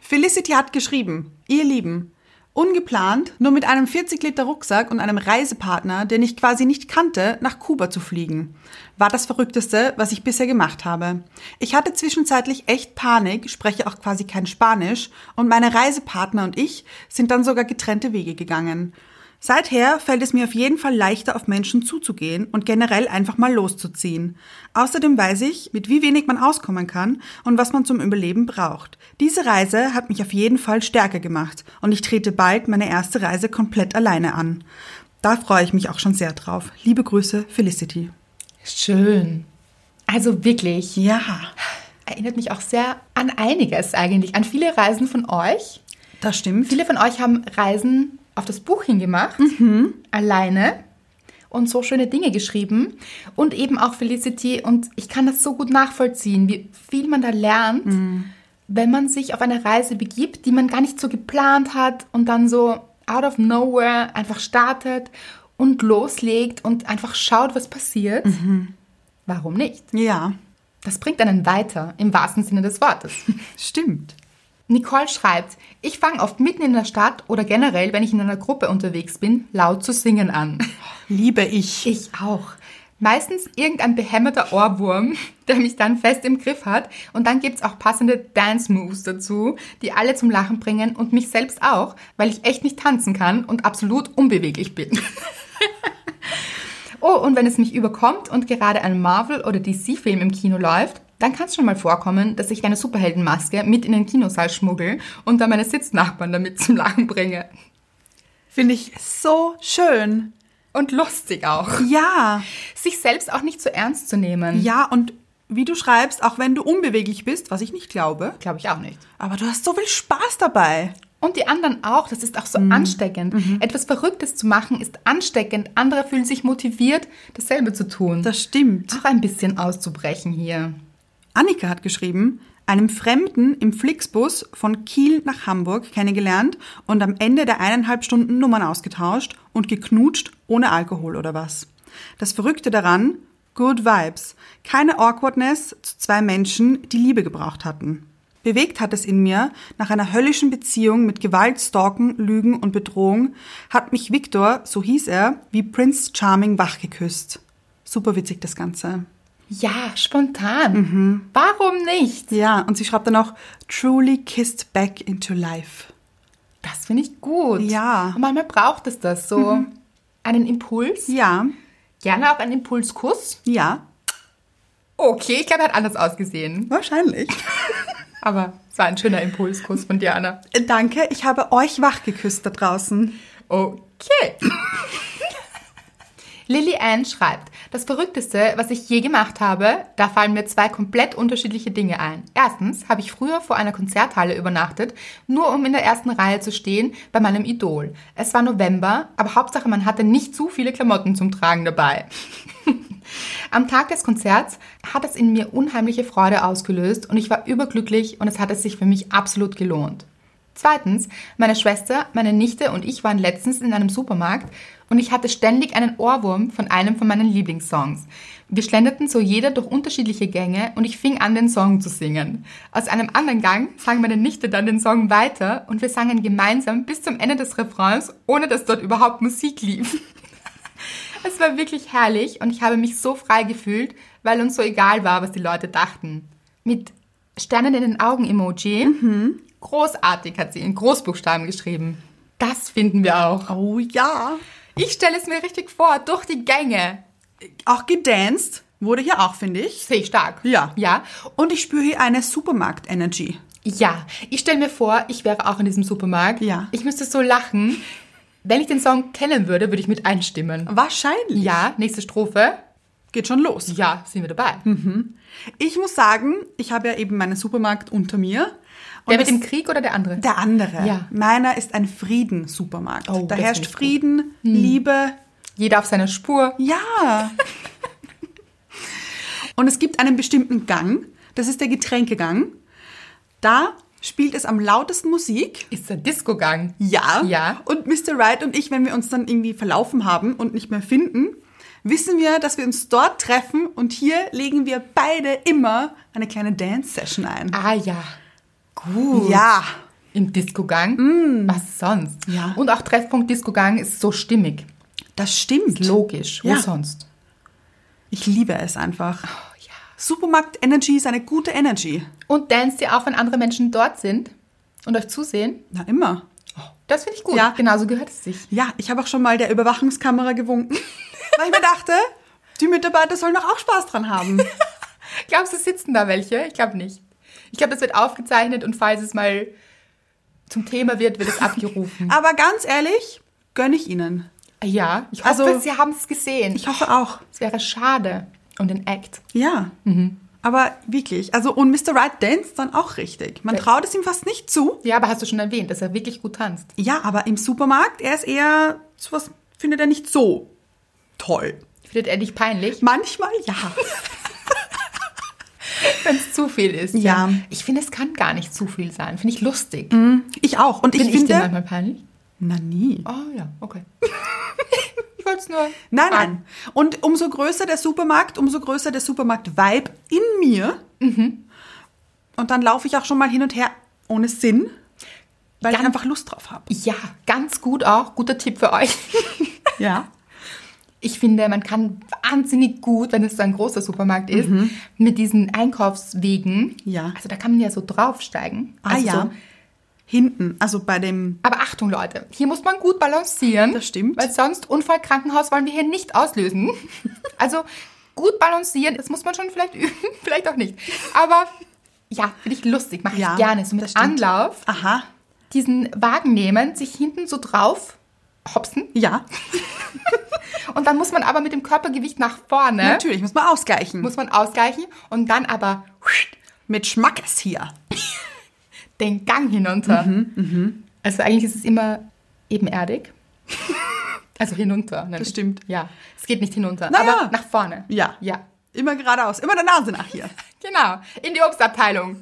Speaker 1: Felicity hat geschrieben, ihr Lieben, Ungeplant, nur mit einem 40-Liter-Rucksack und einem Reisepartner, den ich quasi nicht kannte, nach Kuba zu fliegen. War das Verrückteste, was ich bisher gemacht habe. Ich hatte zwischenzeitlich echt Panik, spreche auch quasi kein Spanisch und meine Reisepartner und ich sind dann sogar getrennte Wege gegangen. Seither fällt es mir auf jeden Fall leichter, auf Menschen zuzugehen und generell einfach mal loszuziehen. Außerdem weiß ich, mit wie wenig man auskommen kann und was man zum Überleben braucht. Diese Reise hat mich auf jeden Fall stärker gemacht und ich trete bald meine erste Reise komplett alleine an. Da freue ich mich auch schon sehr drauf. Liebe Grüße, Felicity.
Speaker 2: Schön. Also wirklich,
Speaker 1: Ja,
Speaker 2: erinnert mich auch sehr an einiges eigentlich, an viele Reisen von euch.
Speaker 1: das stimmt.
Speaker 2: Viele von euch haben Reisen auf das Buch hingemacht, alleine und so schöne Dinge geschrieben und eben auch Felicity und ich kann das so gut nachvollziehen, wie viel man da lernt, wenn man sich auf eine Reise begibt, die man gar nicht so geplant hat und dann so out of nowhere einfach startet und loslegt und einfach schaut, was passiert. Warum nicht?
Speaker 1: Ja,
Speaker 2: Das bringt einen weiter im wahrsten Sinne des Wortes.
Speaker 1: stimmt.
Speaker 2: Nicole schreibt, ich fange oft mitten in der Stadt oder generell, wenn ich in einer Gruppe unterwegs bin, laut zu singen an.
Speaker 1: Liebe ich.
Speaker 2: Ich auch. Meistens irgendein behämmerter Ohrwurm, der mich dann fest im Griff hat. Und dann gibt's auch passende Dance-Moves dazu, die alle zum Lachen bringen und mich selbst auch, weil ich echt nicht tanzen kann und absolut unbeweglich bin. Oh, und wenn es mich überkommt und gerade ein Marvel- oder DC-Film im Kino läuft, dann kann es schon mal vorkommen, dass ich eine Superheldenmaske mit in den Kinosaal schmuggel und dann meine Sitznachbarn damit zum Lachen bringe.
Speaker 1: Finde ich so schön.
Speaker 2: Und lustig auch.
Speaker 1: Ja.
Speaker 2: Sich selbst auch nicht so ernst zu nehmen.
Speaker 1: Ja, und wie du schreibst, auch wenn du unbeweglich bist, was ich nicht glaube,
Speaker 2: Glaube ich auch nicht.
Speaker 1: aber du hast so viel Spaß dabei.
Speaker 2: Und die anderen auch, das ist auch so
Speaker 1: Mhm.
Speaker 2: ansteckend. Etwas Verrücktes zu machen ist ansteckend. Andere fühlen sich motiviert, dasselbe zu tun.
Speaker 1: Das stimmt.
Speaker 2: auch ein bisschen auszubrechen hier.
Speaker 1: Annika hat geschrieben, einem Fremden im Flixbus von Kiel nach Hamburg kennengelernt und am Ende der eineinhalb Stunden Nummern ausgetauscht und geknutscht ohne Alkohol oder was. Das Verrückte daran, good vibes. Keine Awkwardness zu zwei Menschen, die Liebe gebraucht hatten. Bewegt hat es in mir, nach einer höllischen Beziehung mit Gewalt, Stalken, Lügen und Bedrohung, hat mich Victor, so hieß er, wie Prince Charming wachgeküsst. Super witzig das Ganze.
Speaker 2: Ja, spontan.
Speaker 1: Mhm.
Speaker 2: Warum nicht?
Speaker 1: Ja, und sie schreibt dann auch Truly kissed back into life.
Speaker 2: Das finde ich gut.
Speaker 1: Ja. Mhm.
Speaker 2: Und manchmal braucht es das so. Einen Impuls.
Speaker 1: Ja,
Speaker 2: Gerne auch einen Impulskuss.
Speaker 1: ja,
Speaker 2: Okay, ich glaube, er hat anders ausgesehen.
Speaker 1: wahrscheinlich.
Speaker 2: Aber es war ein schöner Impulskuss von Diana.
Speaker 1: Danke, ich habe euch wach geküsst da draußen.
Speaker 2: Okay. Lily Ann schreibt, das Verrückteste, was ich je gemacht habe, da fallen mir zwei komplett unterschiedliche Dinge ein. Erstens habe ich früher vor einer Konzerthalle übernachtet, nur um in der ersten Reihe zu stehen bei meinem Idol. Es war November, aber Hauptsache man hatte nicht zu viele Klamotten zum Tragen dabei. Am Tag des Konzerts hat es in mir unheimliche Freude ausgelöst und ich war überglücklich und es hat es sich für mich absolut gelohnt. Zweitens, meine Schwester, meine Nichte und ich waren letztens in einem Supermarkt und ich hatte ständig einen Ohrwurm von einem von meinen Lieblingssongs. Wir schlenderten so jeder durch unterschiedliche Gänge und ich fing an, den Song zu singen. Aus einem anderen Gang sang meine Nichte dann den Song weiter und wir sangen gemeinsam bis zum Ende des Refrains, ohne dass dort überhaupt Musik lief. Es war wirklich herrlich und ich habe mich so frei gefühlt, weil uns so egal war, was die Leute dachten. Mit Sternen in den Augen Emoji. Großartig hat sie in Großbuchstaben geschrieben. Das finden wir auch.
Speaker 1: Oh ja.
Speaker 2: Ich stelle es mir richtig vor, durch die Gänge.
Speaker 1: Auch gedanced wurde hier auch, finde ich.
Speaker 2: Sehe ich stark.
Speaker 1: Ja.
Speaker 2: Ja.
Speaker 1: Und ich spüre hier eine Supermarkt-Energy.
Speaker 2: Ja. Ich stelle mir vor, ich wäre auch in diesem Supermarkt.
Speaker 1: Ja.
Speaker 2: Ich müsste so lachen. Wenn ich den Song kennen würde, würde ich mit einstimmen.
Speaker 1: Wahrscheinlich.
Speaker 2: Ja, nächste Strophe.
Speaker 1: Geht schon los.
Speaker 2: Ja, sind wir dabei.
Speaker 1: Hm. Ich muss sagen, ich habe ja eben meinen Supermarkt unter mir. Und
Speaker 2: Der mit
Speaker 1: es-
Speaker 2: dem Krieg oder der andere?
Speaker 1: der andere.
Speaker 2: Ja.
Speaker 1: Meiner ist ein Frieden-Supermarkt.
Speaker 2: Oh,
Speaker 1: da
Speaker 2: das
Speaker 1: herrscht
Speaker 2: finde ich gut. Hm.
Speaker 1: Frieden, Liebe,
Speaker 2: Jeder auf seiner Spur.
Speaker 1: Ja. Und es gibt einen bestimmten Gang, das ist der Getränkegang. Da spielt es am lautesten Musik.
Speaker 2: Ist der Disco-Gang.
Speaker 1: Ja.
Speaker 2: Ja.
Speaker 1: Und Mr. Wright und ich, wenn wir uns dann irgendwie verlaufen haben und nicht mehr finden, wissen wir, dass wir uns dort treffen und hier legen wir beide immer eine kleine Dance-Session ein.
Speaker 2: Ah ja. Gut.
Speaker 1: Ja.
Speaker 2: Ah, Im Discogang? Was sonst?
Speaker 1: Mm. Ja.
Speaker 2: Und auch Treffpunkt Discogang ist so stimmig.
Speaker 1: Das stimmt.
Speaker 2: Logisch. Wo
Speaker 1: Ja.
Speaker 2: sonst?
Speaker 1: Ich liebe es einfach.
Speaker 2: Oh, ja.
Speaker 1: Supermarkt Energy ist eine gute Energy.
Speaker 2: Und danst ihr auch, wenn andere Menschen dort sind und euch zusehen?
Speaker 1: Na, immer.
Speaker 2: Das finde ich gut.
Speaker 1: Ja.
Speaker 2: Genauso gehört es sich.
Speaker 1: Ja, ich habe auch schon mal der Überwachungskamera gewunken, weil ich mir dachte, die Mitarbeiter sollen doch auch Spaß dran haben.
Speaker 2: Glaubst du, sitzen da welche? Ich glaube nicht. Ich glaube, das wird aufgezeichnet und falls es mal zum Thema wird, wird es abgerufen.
Speaker 1: Aber ganz ehrlich, gönne ich ihnen.
Speaker 2: ja, ich hoffe,
Speaker 1: Also-
Speaker 2: sie haben es gesehen.
Speaker 1: Ich hoffe auch. Mhm.
Speaker 2: Es wäre schade um den Act.
Speaker 1: Ja. Aber wirklich. Also, und Mr. Right danst dann auch richtig. Man traut es ihm fast nicht zu.
Speaker 2: Ja, aber hast du schon erwähnt, dass er wirklich gut tanzt.
Speaker 1: Ja, aber im Supermarkt, er ist eher, sowas findet er nicht so toll.
Speaker 2: Findet er dich peinlich,
Speaker 1: Manchmal ja.
Speaker 2: wenn es zu viel ist?
Speaker 1: Ja.
Speaker 2: Ich finde, es kann gar nicht zu viel sein. Finde ich lustig.
Speaker 1: Ich auch. Und ich
Speaker 2: Bin ich, dir
Speaker 1: finde.
Speaker 2: manchmal peinlich?
Speaker 1: na nie.
Speaker 2: Oh ja, okay. ich wollte es nur.
Speaker 1: Nein,
Speaker 2: fragen.
Speaker 1: nein. Und umso größer der Supermarkt, umso größer der Supermarkt-Vibe in mir.
Speaker 2: Mhm.
Speaker 1: Und dann laufe ich auch schon mal hin und her ohne Sinn, weil ich
Speaker 2: Dann-
Speaker 1: einfach Lust drauf habe.
Speaker 2: Ja, ganz gut auch. Guter Tipp für euch.
Speaker 1: Ja.
Speaker 2: Ich finde, man kann wahnsinnig gut, wenn es so ein großer Supermarkt ist, mit diesen Einkaufswegen.
Speaker 1: Mhm. Ja.
Speaker 2: Also da kann man ja so draufsteigen.
Speaker 1: Ah
Speaker 2: also
Speaker 1: ja.
Speaker 2: So.
Speaker 1: Hinten, also bei dem.
Speaker 2: Aber Achtung, Leute, hier muss man gut balancieren.
Speaker 1: Das stimmt.
Speaker 2: Weil sonst Unfallkrankenhaus wollen wir hier nicht auslösen. also gut balancieren, das muss man schon vielleicht üben, vielleicht auch nicht. Aber ja, finde ich lustig, mache
Speaker 1: Ja,
Speaker 2: ich gerne. So
Speaker 1: das
Speaker 2: mit
Speaker 1: stimmt.
Speaker 2: Anlauf
Speaker 1: Aha.
Speaker 2: diesen Wagen nehmen, sich hinten so drauf hopsen
Speaker 1: Ja,
Speaker 2: und dann muss man aber mit dem Körpergewicht nach vorne.
Speaker 1: natürlich, muss man ausgleichen.
Speaker 2: muss man ausgleichen und dann aber
Speaker 1: Mit Schmackes hier.
Speaker 2: den Gang hinunter.
Speaker 1: Mhm,
Speaker 2: Also eigentlich ist es immer ebenerdig. Also hinunter.
Speaker 1: Das stimmt.
Speaker 2: Ja, es geht nicht hinunter,
Speaker 1: Naja.
Speaker 2: aber nach vorne.
Speaker 1: Ja.
Speaker 2: Ja,
Speaker 1: Immer geradeaus, immer der Nase nach hier.
Speaker 2: genau. In die Obstabteilung.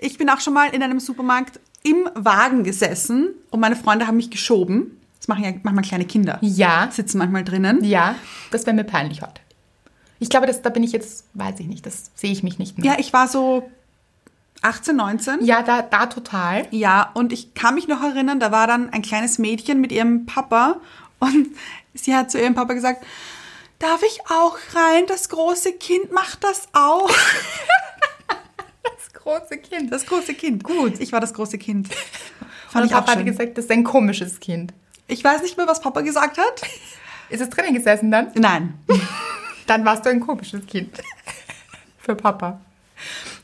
Speaker 1: Ich bin auch schon mal in einem Supermarkt im Wagen gesessen und meine Freunde haben mich geschoben. Das machen ja manchmal kleine Kinder.
Speaker 2: Ja,
Speaker 1: Sitzen manchmal drinnen.
Speaker 2: ja, das wäre mir peinlich heute. Ich glaube, das, da bin ich jetzt, weiß ich nicht, das sehe ich mich nicht mehr.
Speaker 1: Ja, ich war so 18, 19.
Speaker 2: ja da, da total.
Speaker 1: Ja, und ich kann mich noch erinnern, da war dann ein kleines Mädchen mit ihrem Papa und sie hat zu ihrem Papa gesagt, darf ich auch rein? Das große Kind macht das auch.
Speaker 2: Das große Kind.
Speaker 1: Das große Kind. Gut. Ich war das große Kind.
Speaker 2: und
Speaker 1: Fand ich auch
Speaker 2: Papa hat
Speaker 1: schön.
Speaker 2: gesagt, das ist ein komisches Kind.
Speaker 1: Ich weiß nicht mehr, was Papa gesagt hat.
Speaker 2: Ist es drinnen gesessen dann?
Speaker 1: Nein.
Speaker 2: Dann warst du ein komisches Kind. Für Papa.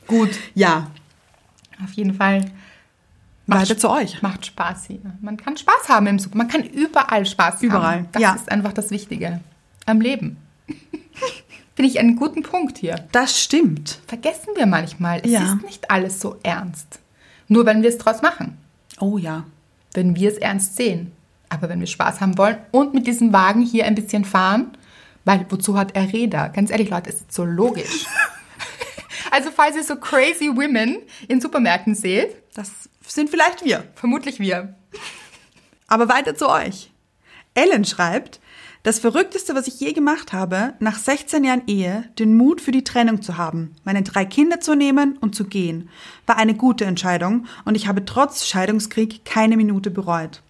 Speaker 1: Gut. Ja.
Speaker 2: Auf jeden Fall.
Speaker 1: Weiter zu euch.
Speaker 2: Macht Spaß hier. Man kann Spaß haben im Super. Man kann überall Spaß haben.
Speaker 1: Überall,
Speaker 2: Das
Speaker 1: ja.
Speaker 2: ist einfach das Wichtige am Leben. Finde ich einen guten Punkt hier.
Speaker 1: Das stimmt.
Speaker 2: Vergessen wir manchmal, es
Speaker 1: Ja.
Speaker 2: ist nicht alles so ernst. Nur wenn wir es draus machen.
Speaker 1: Oh ja.
Speaker 2: Wenn wir es ernst sehen. Aber wenn wir Spaß haben wollen und mit diesem Wagen hier ein bisschen fahren, weil wozu hat er Räder? Ganz ehrlich, Leute, es ist so logisch. also, falls ihr so crazy women in Supermärkten seht,
Speaker 1: Das sind vielleicht wir.
Speaker 2: vermutlich wir.
Speaker 1: Aber weiter zu euch. Ellen schreibt, das Verrückteste, was ich je gemacht habe, nach 16 Jahren Ehe, den Mut für die Trennung zu haben, meine drei Kinder zu nehmen und zu gehen, war eine gute Entscheidung und ich habe trotz Scheidungskrieg keine Minute bereut.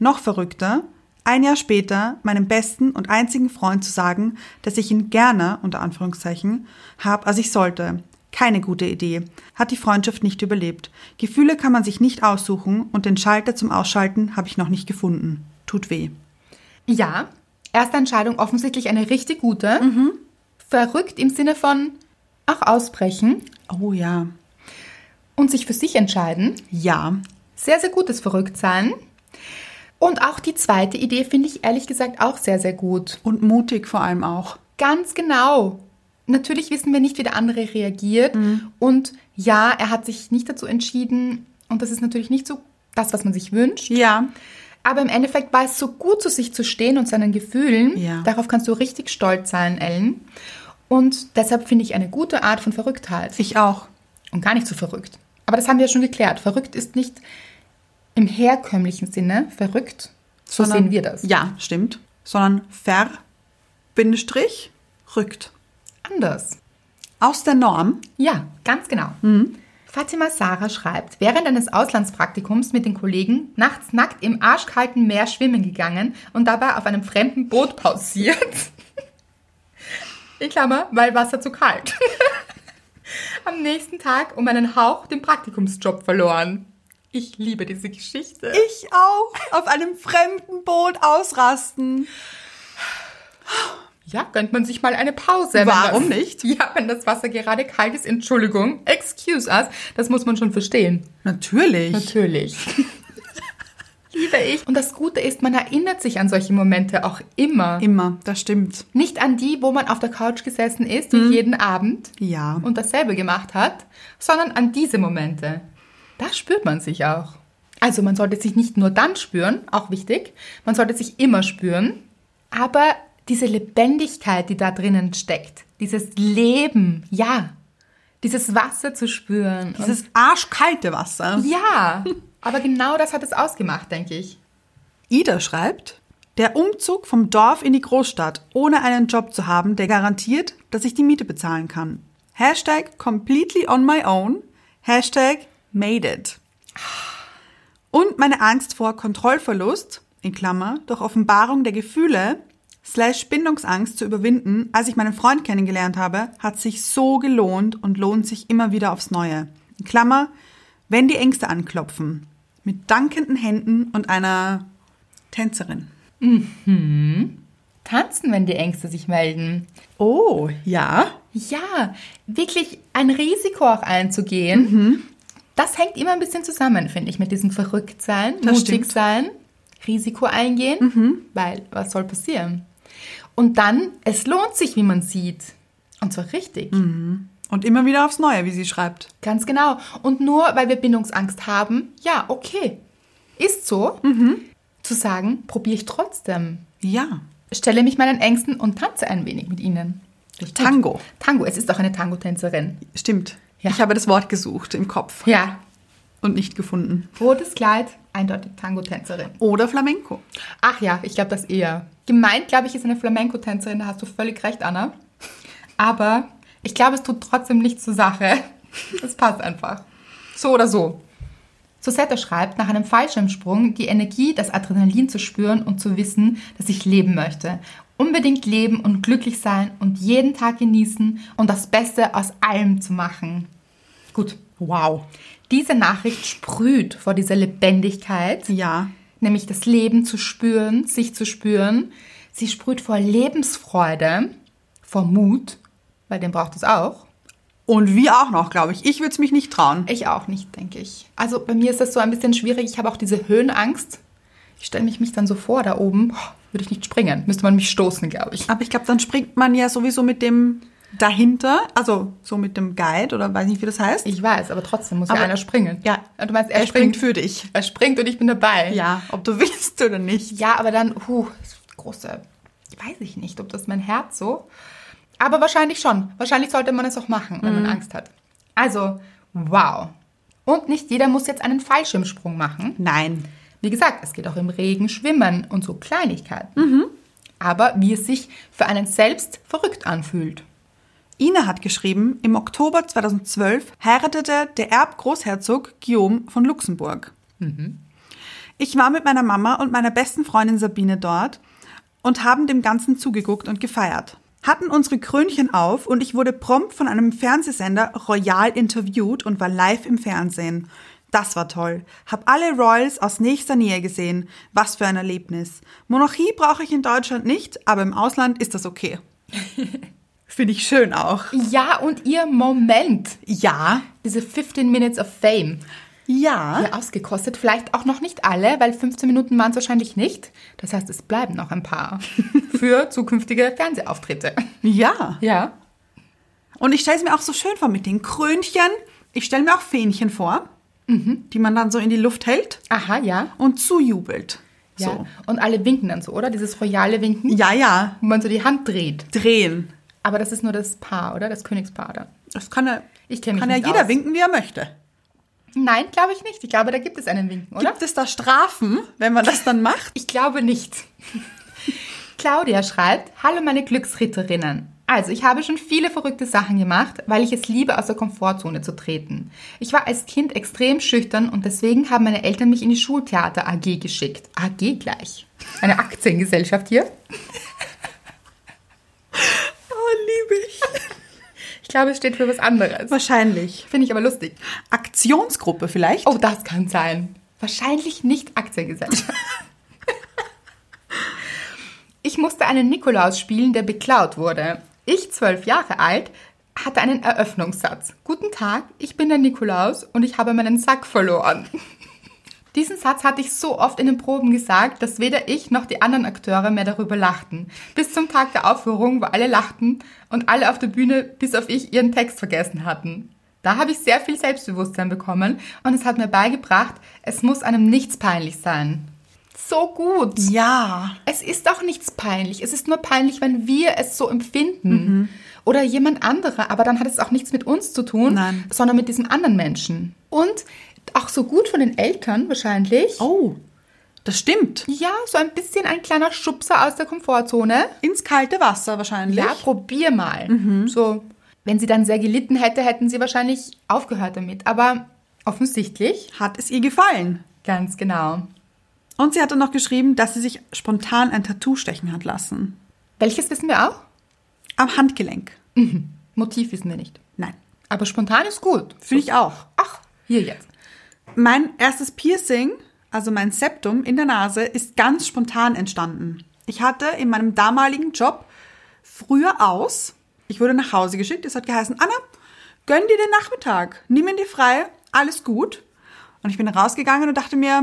Speaker 1: Noch verrückter, ein Jahr später meinem besten und einzigen Freund zu sagen, dass ich ihn gerne, unter Anführungszeichen, hab, als ich sollte. Keine gute Idee. Hat die Freundschaft nicht überlebt. Gefühle kann man sich nicht aussuchen und den Schalter zum Ausschalten habe ich noch nicht gefunden. Tut weh.
Speaker 2: Ja, erste Entscheidung offensichtlich eine richtig gute. Verrückt im Sinne von auch ausbrechen
Speaker 1: Oh ja.
Speaker 2: und sich für sich entscheiden.
Speaker 1: Ja.
Speaker 2: Sehr, sehr gutes Verrücktsein. Und auch die zweite Idee finde ich ehrlich gesagt auch sehr, sehr gut.
Speaker 1: Und mutig vor allem auch.
Speaker 2: Ganz genau. Natürlich wissen wir nicht, wie der andere reagiert. Und ja, er hat sich nicht dazu entschieden. Und das ist natürlich nicht so das, was man sich wünscht.
Speaker 1: Ja.
Speaker 2: Aber im Endeffekt war es so gut, zu sich zu stehen und seinen Gefühlen.
Speaker 1: Ja.
Speaker 2: Darauf kannst du richtig stolz sein, Ellen. Und deshalb finde ich eine gute Art von Verrücktheit.
Speaker 1: Ich auch.
Speaker 2: Und gar nicht so verrückt. Aber das haben wir ja schon geklärt. Verrückt ist nicht im herkömmlichen Sinne verrückt. So
Speaker 1: Sondern-
Speaker 2: sehen wir das.
Speaker 1: Ja, stimmt. Sondern ver, Bindestrich, rückt.
Speaker 2: Anders.
Speaker 1: Aus der Norm. Mhm.
Speaker 2: Ja, ganz genau. Fatima Sarah schreibt, während eines Auslandspraktikums mit den Kollegen nachts nackt im arschkalten Meer schwimmen gegangen und dabei auf einem fremden Boot pausiert. In Klammer, weil Wasser zu kalt. Am nächsten Tag um einen Hauch den Praktikumsjob verloren. Ich liebe diese Geschichte.
Speaker 1: Ich auch. Auf einem fremden Boot ausrasten.
Speaker 2: Ja, gönnt man sich mal eine Pause. wenn
Speaker 1: Warum
Speaker 2: das,
Speaker 1: nicht?
Speaker 2: Ja, wenn das Wasser gerade kalt ist, Entschuldigung, excuse us, das muss man schon verstehen.
Speaker 1: Natürlich.
Speaker 2: Natürlich. Liebe ich. Und das Gute ist, man erinnert sich an solche Momente auch immer.
Speaker 1: Immer, das stimmt.
Speaker 2: Nicht an die, wo man auf der Couch gesessen ist und jeden Abend
Speaker 1: Ja.
Speaker 2: und dasselbe gemacht hat, sondern an diese Momente. Da spürt man sich auch. Also man sollte sich nicht nur dann spüren, auch wichtig, man sollte sich immer spüren, aber diese Lebendigkeit, die da drinnen steckt, dieses Leben, ja, dieses Wasser zu spüren. und-
Speaker 1: Dieses arschkalte Wasser.
Speaker 2: ja, aber genau das hat es ausgemacht, denke ich.
Speaker 1: Ida schreibt, der Umzug vom Dorf in die Großstadt, ohne einen Job zu haben, der garantiert, dass ich die Miete bezahlen kann. Hashtag completely on my own. Hashtag made it. Und meine Angst vor Kontrollverlust, in Klammer, durch Offenbarung der Gefühle, slash Bindungsangst zu überwinden, als ich meinen Freund kennengelernt habe, hat sich so gelohnt und lohnt sich immer wieder aufs Neue. In Klammer, wenn die Ängste anklopfen. Mit dankenden Händen und einer Tänzerin.
Speaker 2: Tanzen, wenn die Ängste sich melden.
Speaker 1: Oh, ja.
Speaker 2: Ja, wirklich ein Risiko auch einzugehen.
Speaker 1: Mhm.
Speaker 2: Das hängt immer ein bisschen zusammen, finde ich, mit diesem Verrücktsein,
Speaker 1: Das
Speaker 2: mutig
Speaker 1: stimmt. Mhm.
Speaker 2: sein, Risiko eingehen, weil was soll passieren? Und dann, es lohnt sich, wie man sieht. Und zwar richtig.
Speaker 1: Mhm. Und immer wieder aufs Neue, wie sie schreibt.
Speaker 2: Ganz genau. Und nur weil wir Bindungsangst haben, ja, okay. Ist so,
Speaker 1: Mhm.
Speaker 2: zu sagen, probiere ich trotzdem.
Speaker 1: Ja.
Speaker 2: stelle mich meinen Ängsten und tanze ein wenig mit ihnen.
Speaker 1: Tango.
Speaker 2: Tango, es ist auch eine Tango-Tänzerin.
Speaker 1: Stimmt.
Speaker 2: Ja.
Speaker 1: Ich habe das Wort gesucht im Kopf
Speaker 2: Ja.
Speaker 1: und nicht gefunden.
Speaker 2: Rotes Kleid, eindeutig Tango-Tänzerin.
Speaker 1: Oder Flamenco.
Speaker 2: Ach ja, ich glaube das eher. Gemeint, glaube ich, ist eine Flamenco-Tänzerin, da hast du völlig recht, Anna. Aber ich glaube, es tut trotzdem nichts zur Sache. Es passt einfach. So oder so. Susette schreibt, nach einem Fallschirmsprung die Energie, das Adrenalin zu spüren und zu wissen, dass ich leben möchte. Unbedingt leben und glücklich sein und jeden Tag genießen und das Beste aus allem zu machen. Gut.
Speaker 1: Wow.
Speaker 2: Diese Nachricht sprüht vor dieser Lebendigkeit,
Speaker 1: Ja.
Speaker 2: nämlich das Leben zu spüren, sich zu spüren. Sie sprüht vor Lebensfreude, vor Mut, weil den braucht es auch.
Speaker 1: Und wir auch noch, glaube ich. Ich würde es mich nicht trauen.
Speaker 2: Ich auch nicht, denke ich. Also bei mir ist das so ein bisschen schwierig. Ich habe auch diese Höhenangst. Ich stelle mich, mich dann so vor, da oben oh, würde ich nicht springen. Müsste man mich stoßen, glaube ich.
Speaker 1: Aber ich glaube, dann springt man ja sowieso mit dem dahinter, also so mit dem Guide oder weiß nicht, wie das heißt.
Speaker 2: Ich weiß, aber trotzdem muss ja
Speaker 1: Aber-
Speaker 2: einer springen.
Speaker 1: Ja.
Speaker 2: Du meinst, er,
Speaker 1: er springt für dich.
Speaker 2: Er springt und ich bin dabei.
Speaker 1: Ja, ob du willst oder nicht.
Speaker 2: Ja, aber dann, huh, das große, weiß ich nicht, ob das mein Herz so. Aber wahrscheinlich schon. Wahrscheinlich sollte man es auch machen, wenn man Angst hat. Also, wow. Und nicht jeder muss jetzt einen Fallschirmsprung machen.
Speaker 1: Nein.
Speaker 2: Wie gesagt, es geht auch im Regen schwimmen und so Kleinigkeiten. Aber wie es sich für einen selbst verrückt anfühlt.
Speaker 1: Ina hat geschrieben, im Oktober 2012 heiratete der Erbgroßherzog Guillaume von Luxemburg. Ich war mit meiner Mama und meiner besten Freundin Sabine dort und haben dem Ganzen zugeguckt und gefeiert. Hatten unsere Krönchen auf und ich wurde prompt von einem Fernsehsender royal interviewt und war live im Fernsehen. Das war toll. Hab alle Royals aus nächster Nähe gesehen. Was für ein Erlebnis. Monarchie brauche ich in Deutschland nicht, aber im Ausland ist das okay. Finde ich schön auch.
Speaker 2: Ja, und ihr Moment.
Speaker 1: Ja.
Speaker 2: Diese 15 Minutes of Fame.
Speaker 1: Ja.
Speaker 2: Ja, ausgekostet. Vielleicht auch noch nicht alle, weil 15 Minuten waren es wahrscheinlich nicht. Das heißt, es bleiben noch ein paar für zukünftige Fernsehauftritte.
Speaker 1: Ja.
Speaker 2: Ja.
Speaker 1: Und ich stelle es mir auch so schön vor mit den Krönchen. Ich stelle mir auch Fähnchen vor,
Speaker 2: Mhm.
Speaker 1: die man dann so in die Luft hält
Speaker 2: Aha, ja.
Speaker 1: und zujubelt.
Speaker 2: ja.
Speaker 1: So.
Speaker 2: Und alle winken dann so, oder? Dieses royale Winken,
Speaker 1: Ja, ja.
Speaker 2: wo man so die Hand dreht.
Speaker 1: Drehen.
Speaker 2: Aber das ist nur das Paar, oder? Das Königspaar dann.
Speaker 1: Das kann ja,
Speaker 2: Ich kenn mich
Speaker 1: kann ja
Speaker 2: nicht
Speaker 1: jeder
Speaker 2: aus.
Speaker 1: winken, wie er möchte.
Speaker 2: Nein, glaube ich nicht. Ich glaube, da gibt es einen Winken, oder?
Speaker 1: Gibt es da Strafen, wenn man das dann macht?
Speaker 2: Ich glaube nicht. Claudia schreibt, Hallo meine Glücksritterinnen. Also, ich habe schon viele verrückte Sachen gemacht, weil ich es liebe, aus der Komfortzone zu treten. Ich war als Kind extrem schüchtern und deswegen haben meine Eltern mich in die Schultheater AG geschickt. AG gleich. Eine Aktiengesellschaft hier.
Speaker 1: Oh, liebe ich.
Speaker 2: Ich glaube, es steht für was anderes.
Speaker 1: Wahrscheinlich.
Speaker 2: Finde ich aber lustig.
Speaker 1: Aktionsgruppe vielleicht?
Speaker 2: Oh, das kann sein. Wahrscheinlich nicht Aktiengesellschaft. ich musste einen Nikolaus spielen, der beklaut wurde. Ich, zwölf Jahre alt, hatte einen Eröffnungssatz. Guten Tag, ich bin der Nikolaus und ich habe meinen Sack verloren. Diesen Satz hatte ich so oft in den Proben gesagt, dass weder ich noch die anderen Akteure mehr darüber lachten. Bis zum Tag der Aufführung, wo alle lachten und alle auf der Bühne, bis auf ich, ihren Text vergessen hatten. Da habe ich sehr viel Selbstbewusstsein bekommen und es hat mir beigebracht, es muss einem nichts peinlich sein. So gut.
Speaker 1: Ja.
Speaker 2: Es ist auch nichts peinlich. Es ist nur peinlich, wenn wir es so empfinden.
Speaker 1: Mhm.
Speaker 2: Oder jemand anderer. Aber dann hat es auch nichts mit uns zu tun,
Speaker 1: Nein.
Speaker 2: sondern mit diesem anderen Menschen. Und auch so gut von den Eltern wahrscheinlich.
Speaker 1: Oh, das stimmt.
Speaker 2: Ja, so ein bisschen ein kleiner Schubser aus der Komfortzone.
Speaker 1: Ins kalte Wasser wahrscheinlich.
Speaker 2: Ja, probier mal.
Speaker 1: Mhm.
Speaker 2: So. Wenn sie dann sehr gelitten hätte, hätten sie wahrscheinlich aufgehört damit. Aber offensichtlich.
Speaker 1: Hat es ihr gefallen.
Speaker 2: Ganz genau.
Speaker 1: Und sie hatte noch geschrieben, dass sie sich spontan ein Tattoo stechen hat lassen.
Speaker 2: Welches wissen wir auch?
Speaker 1: Am Handgelenk.
Speaker 2: Motiv wissen wir nicht.
Speaker 1: Nein.
Speaker 2: Aber spontan ist gut.
Speaker 1: Finde ich auch.
Speaker 2: Ach, hier jetzt.
Speaker 1: Mein erstes Piercing, also mein Septum in der Nase, ist ganz spontan entstanden. Ich hatte in meinem damaligen Job früher aus. Ich wurde nach Hause geschickt. Es hat geheißen, Anna, gönn dir den Nachmittag. Nimm ihn dir frei. Alles gut. Und ich bin rausgegangen und dachte mir,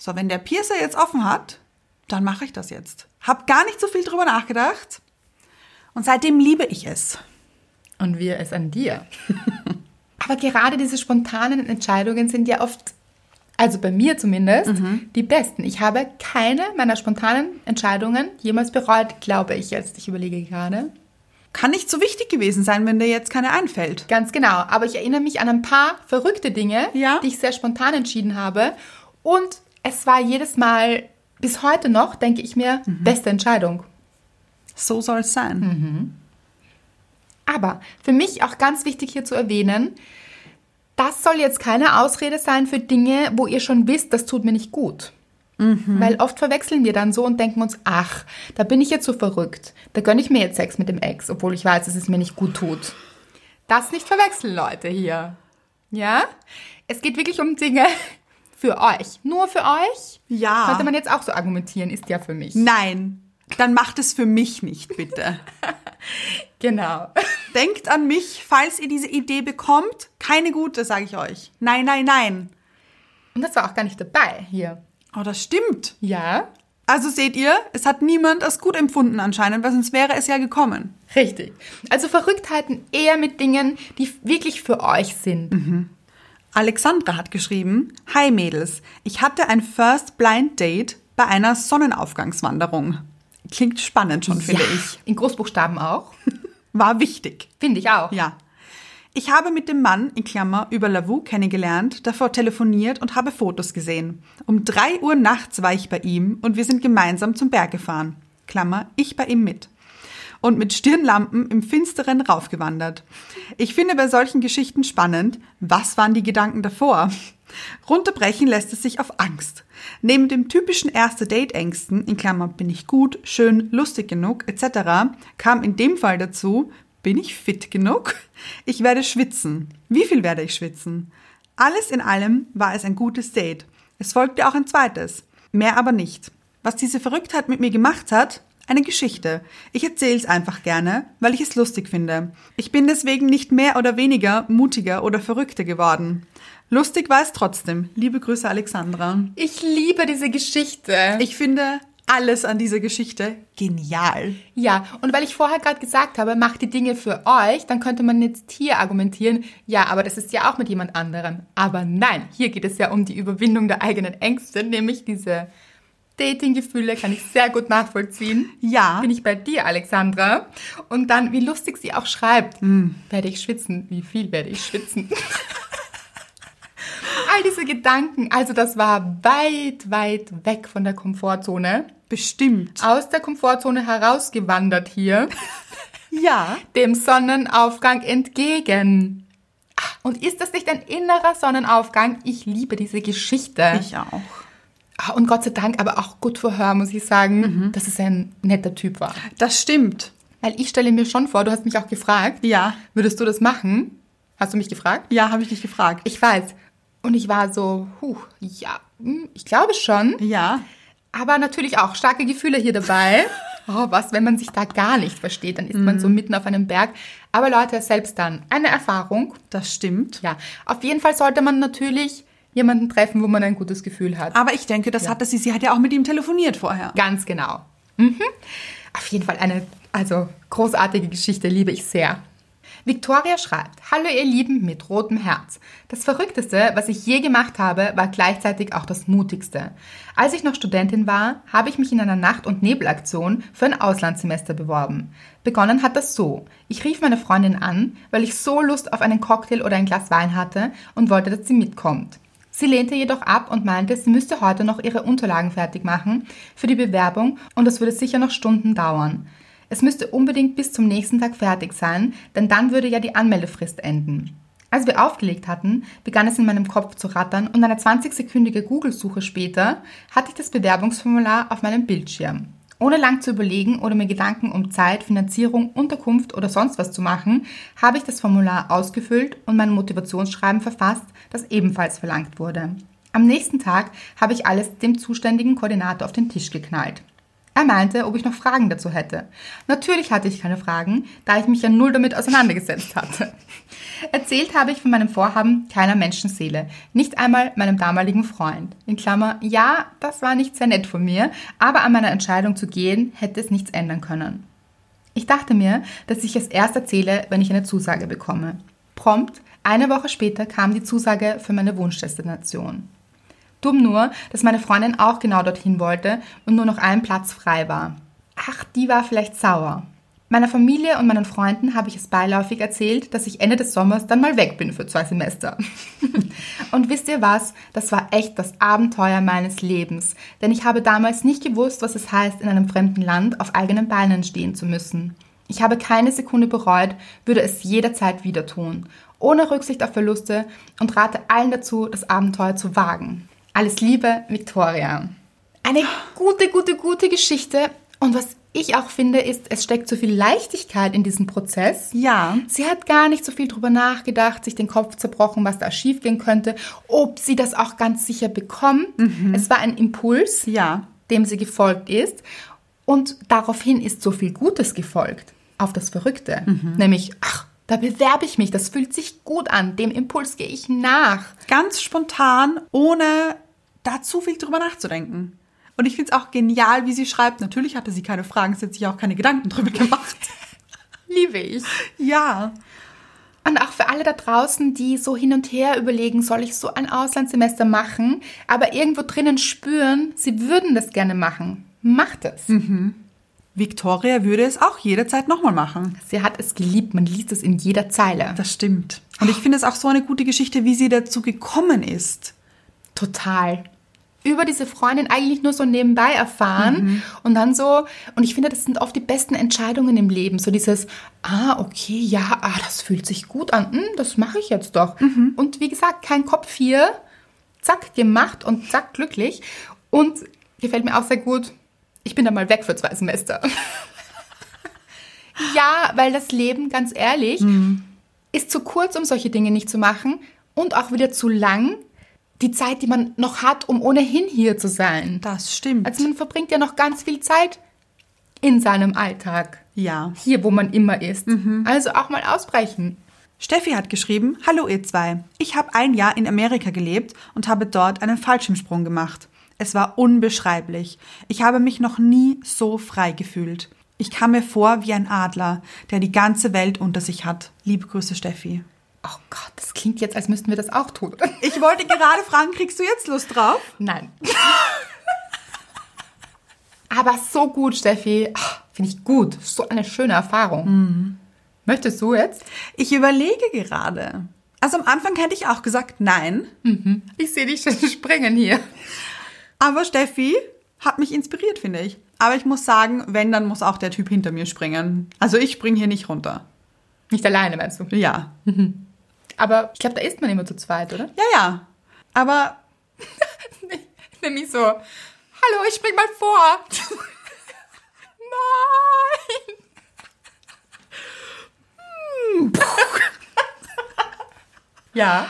Speaker 1: so, wenn der Piercer jetzt offen hat, dann mache ich das jetzt. Hab gar nicht so viel drüber nachgedacht. Und seitdem liebe ich es.
Speaker 2: Und wir es an dir. Aber gerade diese spontanen Entscheidungen sind ja oft, also bei mir zumindest, die besten. Ich habe keine meiner spontanen Entscheidungen jemals bereut, glaube ich jetzt. Ich überlege gerade.
Speaker 1: Kann nicht so wichtig gewesen sein, wenn dir jetzt keine einfällt.
Speaker 2: Ganz genau. Aber ich erinnere mich an ein paar verrückte Dinge,
Speaker 1: Ja.
Speaker 2: die ich sehr spontan entschieden habe. Und es war jedes Mal, bis heute noch, denke ich mir, beste Entscheidung.
Speaker 1: So soll es sein.
Speaker 2: Aber für mich auch ganz wichtig hier zu erwähnen, das soll jetzt keine Ausrede sein für Dinge, wo ihr schon wisst, das tut mir nicht gut. Weil oft verwechseln wir dann so und denken uns, ach, da bin ich jetzt so verrückt. Da gönne ich mir jetzt Sex mit dem Ex, obwohl ich weiß, dass es mir nicht gut tut. Das nicht verwechseln, Leute, hier. Ja? Es geht wirklich um Dinge für euch. Nur für euch?
Speaker 1: Ja.
Speaker 2: Könnte man jetzt auch so argumentieren, ist ja für mich.
Speaker 1: Nein, dann macht es für mich nicht, bitte.
Speaker 2: Genau.
Speaker 1: Denkt an mich, falls ihr diese Idee bekommt. Keine gute, sage ich euch. Nein, nein, nein.
Speaker 2: Und das war auch gar nicht dabei hier.
Speaker 1: Oh, das stimmt.
Speaker 2: Ja?
Speaker 1: Also seht ihr, es hat niemand als gut empfunden anscheinend, weil sonst wäre es ja gekommen.
Speaker 2: Richtig. Also Verrücktheiten eher mit Dingen, die wirklich für euch sind.
Speaker 1: Mhm. Alexandra hat geschrieben, Hi Mädels, ich hatte ein First Blind Date bei einer Sonnenaufgangswanderung. Klingt spannend schon, finde
Speaker 2: Ja.
Speaker 1: ich.
Speaker 2: In Großbuchstaben auch.
Speaker 1: War wichtig.
Speaker 2: Finde ich auch.
Speaker 1: Ja. Ich habe mit dem Mann, in Klammer, über Lavu kennengelernt, davor telefoniert und habe Fotos gesehen. Um drei Uhr nachts war ich bei ihm und wir sind gemeinsam zum Berg gefahren. Klammer, ich bei ihm mit. Und mit Stirnlampen im Finsteren raufgewandert. Ich finde bei solchen Geschichten spannend, was waren die Gedanken davor? Runterbrechen lässt es sich auf Angst. Neben dem typischen Erste-Date-Ängsten, in Klammer, bin ich gut, schön, lustig genug, etc., kam in dem Fall dazu, bin ich fit genug? Ich werde schwitzen. Wie viel werde ich schwitzen? Alles in allem war es ein gutes Date. Es folgte auch ein zweites. Mehr aber nicht. Was diese Verrücktheit mit mir gemacht hat? Eine Geschichte. Ich erzähle es einfach gerne, weil ich es lustig finde. Ich bin deswegen nicht mehr oder weniger mutiger oder verrückter geworden. Lustig war es trotzdem. Liebe Grüße, Alexandra.
Speaker 2: Ich liebe diese Geschichte.
Speaker 1: Ich finde alles an dieser Geschichte genial.
Speaker 2: ja, und weil ich vorher gerade gesagt habe, macht die Dinge für euch, dann könnte man jetzt hier argumentieren, ja, aber das ist ja auch mit jemand anderem. Aber nein, hier geht es ja um die Überwindung der eigenen Ängste, nämlich diese Dating-Gefühle kann ich sehr gut nachvollziehen.
Speaker 1: Ja.
Speaker 2: Bin ich bei dir, Alexandra. Und dann, wie lustig sie auch schreibt.
Speaker 1: Hm.
Speaker 2: Werde ich schwitzen? Wie viel werde ich schwitzen? All diese Gedanken, also das war weit, weit weg von der Komfortzone.
Speaker 1: Bestimmt.
Speaker 2: Aus der Komfortzone herausgewandert hier.
Speaker 1: Ja.
Speaker 2: dem Sonnenaufgang entgegen. Ah, Und ist das nicht ein innerer Sonnenaufgang? Ich liebe diese Geschichte.
Speaker 1: Ich auch.
Speaker 2: Ah, Und Gott sei Dank, aber auch gut verhör, muss ich sagen,
Speaker 1: Mhm.
Speaker 2: dass es ein netter Typ war.
Speaker 1: Das stimmt.
Speaker 2: Weil ich stelle mir schon vor, du hast mich auch gefragt,
Speaker 1: Ja.
Speaker 2: würdest du das machen? Hast du mich gefragt?
Speaker 1: Ja, habe ich dich gefragt.
Speaker 2: Ich weiß. Und ich war so, huh, ja, hm, ich glaube schon.
Speaker 1: Ja.
Speaker 2: Aber natürlich auch starke Gefühle hier dabei. Oh, was, wenn man sich da gar nicht versteht, dann ist man so mitten auf einem Berg. Aber Leute, selbst dann, eine Erfahrung.
Speaker 1: Das stimmt.
Speaker 2: Ja, auf jeden Fall sollte man natürlich jemanden treffen, wo man ein gutes Gefühl hat.
Speaker 1: Aber ich denke, das hatte sie. Sie hat ja auch mit ihm telefoniert vorher.
Speaker 2: Ganz genau. Mhm. Auf jeden Fall eine, also großartige Geschichte, liebe ich sehr. Victoria schreibt, Hallo ihr Lieben mit rotem Herz. Das Verrückteste, was ich je gemacht habe, war gleichzeitig auch das Mutigste. Als ich noch Studentin war, habe ich mich in einer Nacht- und Nebelaktion für ein Auslandssemester beworben. Begonnen hat das so. Ich rief meine Freundin an, weil ich so Lust auf einen Cocktail oder ein Glas Wein hatte und wollte, dass sie mitkommt. Sie lehnte jedoch ab und meinte, sie müsste heute noch ihre Unterlagen fertig machen für die Bewerbung und das würde sicher noch Stunden dauern. Es müsste unbedingt bis zum nächsten Tag fertig sein, denn dann würde ja die Anmeldefrist enden. Als wir aufgelegt hatten, begann es in meinem Kopf zu rattern und eine 20-sekündige Google-Suche später hatte ich das Bewerbungsformular auf meinem Bildschirm. Ohne lang zu überlegen oder mir Gedanken um Zeit, Finanzierung, Unterkunft oder sonst was zu machen, habe ich das Formular ausgefüllt und mein Motivationsschreiben verfasst, das ebenfalls verlangt wurde. Am nächsten Tag habe ich alles dem zuständigen Koordinator auf den Tisch geknallt. Er meinte, ob ich noch Fragen dazu hätte. Natürlich hatte ich keine Fragen, da ich mich ja null damit auseinandergesetzt hatte. Erzählt habe ich von meinem Vorhaben keiner Menschenseele, nicht einmal meinem damaligen Freund. In Klammer, ja, das war nicht sehr nett von mir, aber an meiner Entscheidung zu gehen hätte es nichts ändern können. Ich dachte mir, dass ich es erst erzähle, wenn ich eine Zusage bekomme. Prompt, eine Woche später kam die Zusage für meine Wunschdestination. Dumm nur, dass meine Freundin auch genau dorthin wollte und nur noch ein Platz frei war. Ach, die war vielleicht sauer. Meiner Familie und meinen Freunden habe ich es beiläufig erzählt, dass ich Ende des Sommers dann mal weg bin für zwei Semester. und wisst ihr was? Das war echt das Abenteuer meines Lebens, denn ich habe damals nicht gewusst, was es heißt, in einem fremden Land auf eigenen Beinen stehen zu müssen. Ich habe keine Sekunde bereut, würde es jederzeit wieder tun, ohne Rücksicht auf Verluste und rate allen dazu, das Abenteuer zu wagen. Alles Liebe, Victoria. Eine gute, gute, gute Geschichte. Und was ich auch finde, ist, es steckt so viel Leichtigkeit in diesem Prozess.
Speaker 1: Ja.
Speaker 2: Sie hat gar nicht so viel drüber nachgedacht, sich den Kopf zerbrochen, was da schiefgehen könnte, ob sie das auch ganz sicher bekommt. Es war ein Impuls,
Speaker 1: Ja.
Speaker 2: dem sie gefolgt ist. Und daraufhin ist so viel Gutes gefolgt auf das Verrückte. Nämlich, ach, da bewerbe ich mich, das fühlt sich gut an, dem Impuls gehe ich nach.
Speaker 1: Ganz spontan, ohne da zu viel drüber nachzudenken. Und ich finde es auch genial, wie sie schreibt. Natürlich hatte sie keine Fragen, sie hat sich auch keine Gedanken drüber gemacht.
Speaker 2: Liebe ich.
Speaker 1: ja.
Speaker 2: Und auch für alle da draußen, die so hin und her überlegen, soll ich so ein Auslandssemester machen, aber irgendwo drinnen spüren, sie würden das gerne machen. Macht es.
Speaker 1: Victoria würde es auch jederzeit nochmal machen.
Speaker 2: Sie hat es geliebt, man liest es in jeder Zeile.
Speaker 1: Das stimmt. Und ich finde es auch so eine gute Geschichte, wie sie dazu gekommen ist.
Speaker 2: Total. Über diese Freundin eigentlich nur so nebenbei erfahren und dann so, und ich finde, das sind oft die besten Entscheidungen im Leben. So dieses, ah, okay, ja, ah, das fühlt sich gut an, hm, das mache ich jetzt doch. Und wie gesagt, kein Kopf hier, zack, gemacht und zack, glücklich. Und gefällt mir auch sehr gut, ich bin da mal weg für zwei Semester. ja, weil das Leben, ganz ehrlich, ist zu kurz, um solche Dinge nicht zu machen und auch wieder zu lang, die Zeit, die man noch hat, um ohnehin hier zu sein.
Speaker 1: Das stimmt.
Speaker 2: Also man verbringt ja noch ganz viel Zeit in seinem Alltag,
Speaker 1: ja.
Speaker 2: hier, wo man immer ist. Also auch mal ausbrechen.
Speaker 1: Steffi hat geschrieben, Hallo ihr zwei, ich habe ein Jahr in Amerika gelebt und habe dort einen Fallschirmsprung gemacht. Es war unbeschreiblich. Ich habe mich noch nie so frei gefühlt. Ich kam mir vor wie ein Adler, der die ganze Welt unter sich hat. Liebe Grüße, Steffi.
Speaker 2: Oh Gott, das klingt jetzt, als müssten wir das auch tun.
Speaker 1: Ich wollte gerade fragen, kriegst du jetzt Lust drauf?
Speaker 2: Nein. Aber so gut, Steffi. Ah, Finde ich gut. So eine schöne Erfahrung. Mhm. Möchtest du jetzt?
Speaker 1: Ich überlege gerade. Also am Anfang hätte ich auch gesagt, nein.
Speaker 2: Ich sehe dich schon springen hier.
Speaker 1: Aber Steffi hat mich inspiriert, finde ich. Aber ich muss sagen, wenn, dann muss auch der Typ hinter mir springen. Also ich spring hier nicht runter.
Speaker 2: Nicht alleine, meinst du?
Speaker 1: Ja.
Speaker 2: Aber ich glaube, da ist man immer zu zweit, oder?
Speaker 1: Ja, ja. Aber
Speaker 2: Nämlich so, hallo, ich spring mal vor. Nein. Hm. ja,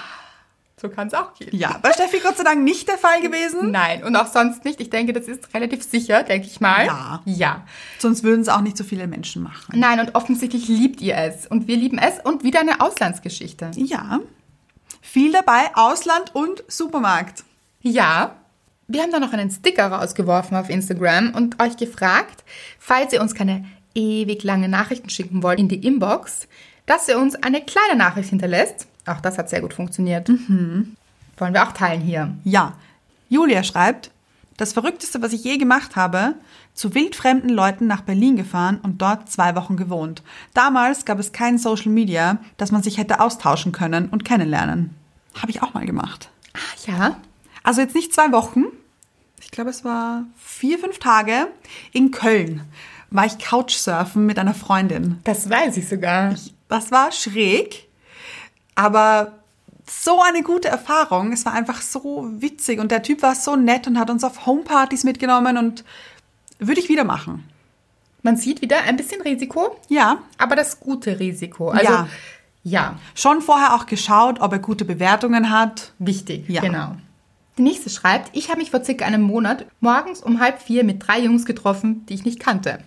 Speaker 2: so kann es auch gehen.
Speaker 1: ja, bei Steffi Gott sei Dank nicht der Fall gewesen.
Speaker 2: Nein, und auch sonst nicht. Ich denke, das ist relativ sicher, denke ich mal.
Speaker 1: Ja.
Speaker 2: Ja.
Speaker 1: Sonst würden es auch nicht so viele Menschen machen.
Speaker 2: Nein, und offensichtlich liebt ihr es. Und wir lieben es. Und wieder eine Auslandsgeschichte.
Speaker 1: Ja. Viel dabei, Ausland und Supermarkt.
Speaker 2: Ja, wir haben da noch einen Sticker rausgeworfen auf Instagram und euch gefragt, falls ihr uns keine ewig lange Nachrichten schicken wollt in die Inbox, dass ihr uns eine kleine Nachricht hinterlässt. Auch das hat sehr gut funktioniert. Mhm. Wollen wir auch teilen hier.
Speaker 1: Ja. Julia schreibt, das Verrückteste, was ich je gemacht habe, zu wildfremden Leuten nach Berlin gefahren und dort zwei Wochen gewohnt. Damals gab es kein Social Media, dass man sich hätte austauschen können und kennenlernen. Habe ich auch mal gemacht.
Speaker 2: Ah ja.
Speaker 1: Also jetzt nicht zwei Wochen, ich glaube es war vier, fünf Tage in Köln war ich Couchsurfen mit einer Freundin.
Speaker 2: Das weiß ich sogar.
Speaker 1: Das war schräg, aber so eine gute Erfahrung. Es war einfach so witzig und der Typ war so nett und hat uns auf Homepartys mitgenommen und würde ich wieder machen.
Speaker 2: Man sieht wieder ein bisschen Risiko,
Speaker 1: Ja,
Speaker 2: aber das gute Risiko. Also
Speaker 1: Ja.
Speaker 2: ja.
Speaker 1: schon vorher auch geschaut, ob er gute Bewertungen hat.
Speaker 2: Wichtig,
Speaker 1: Ja.
Speaker 2: genau. Die nächste schreibt, ich habe mich vor circa einem Monat morgens um halb vier mit drei Jungs getroffen, die ich nicht kannte.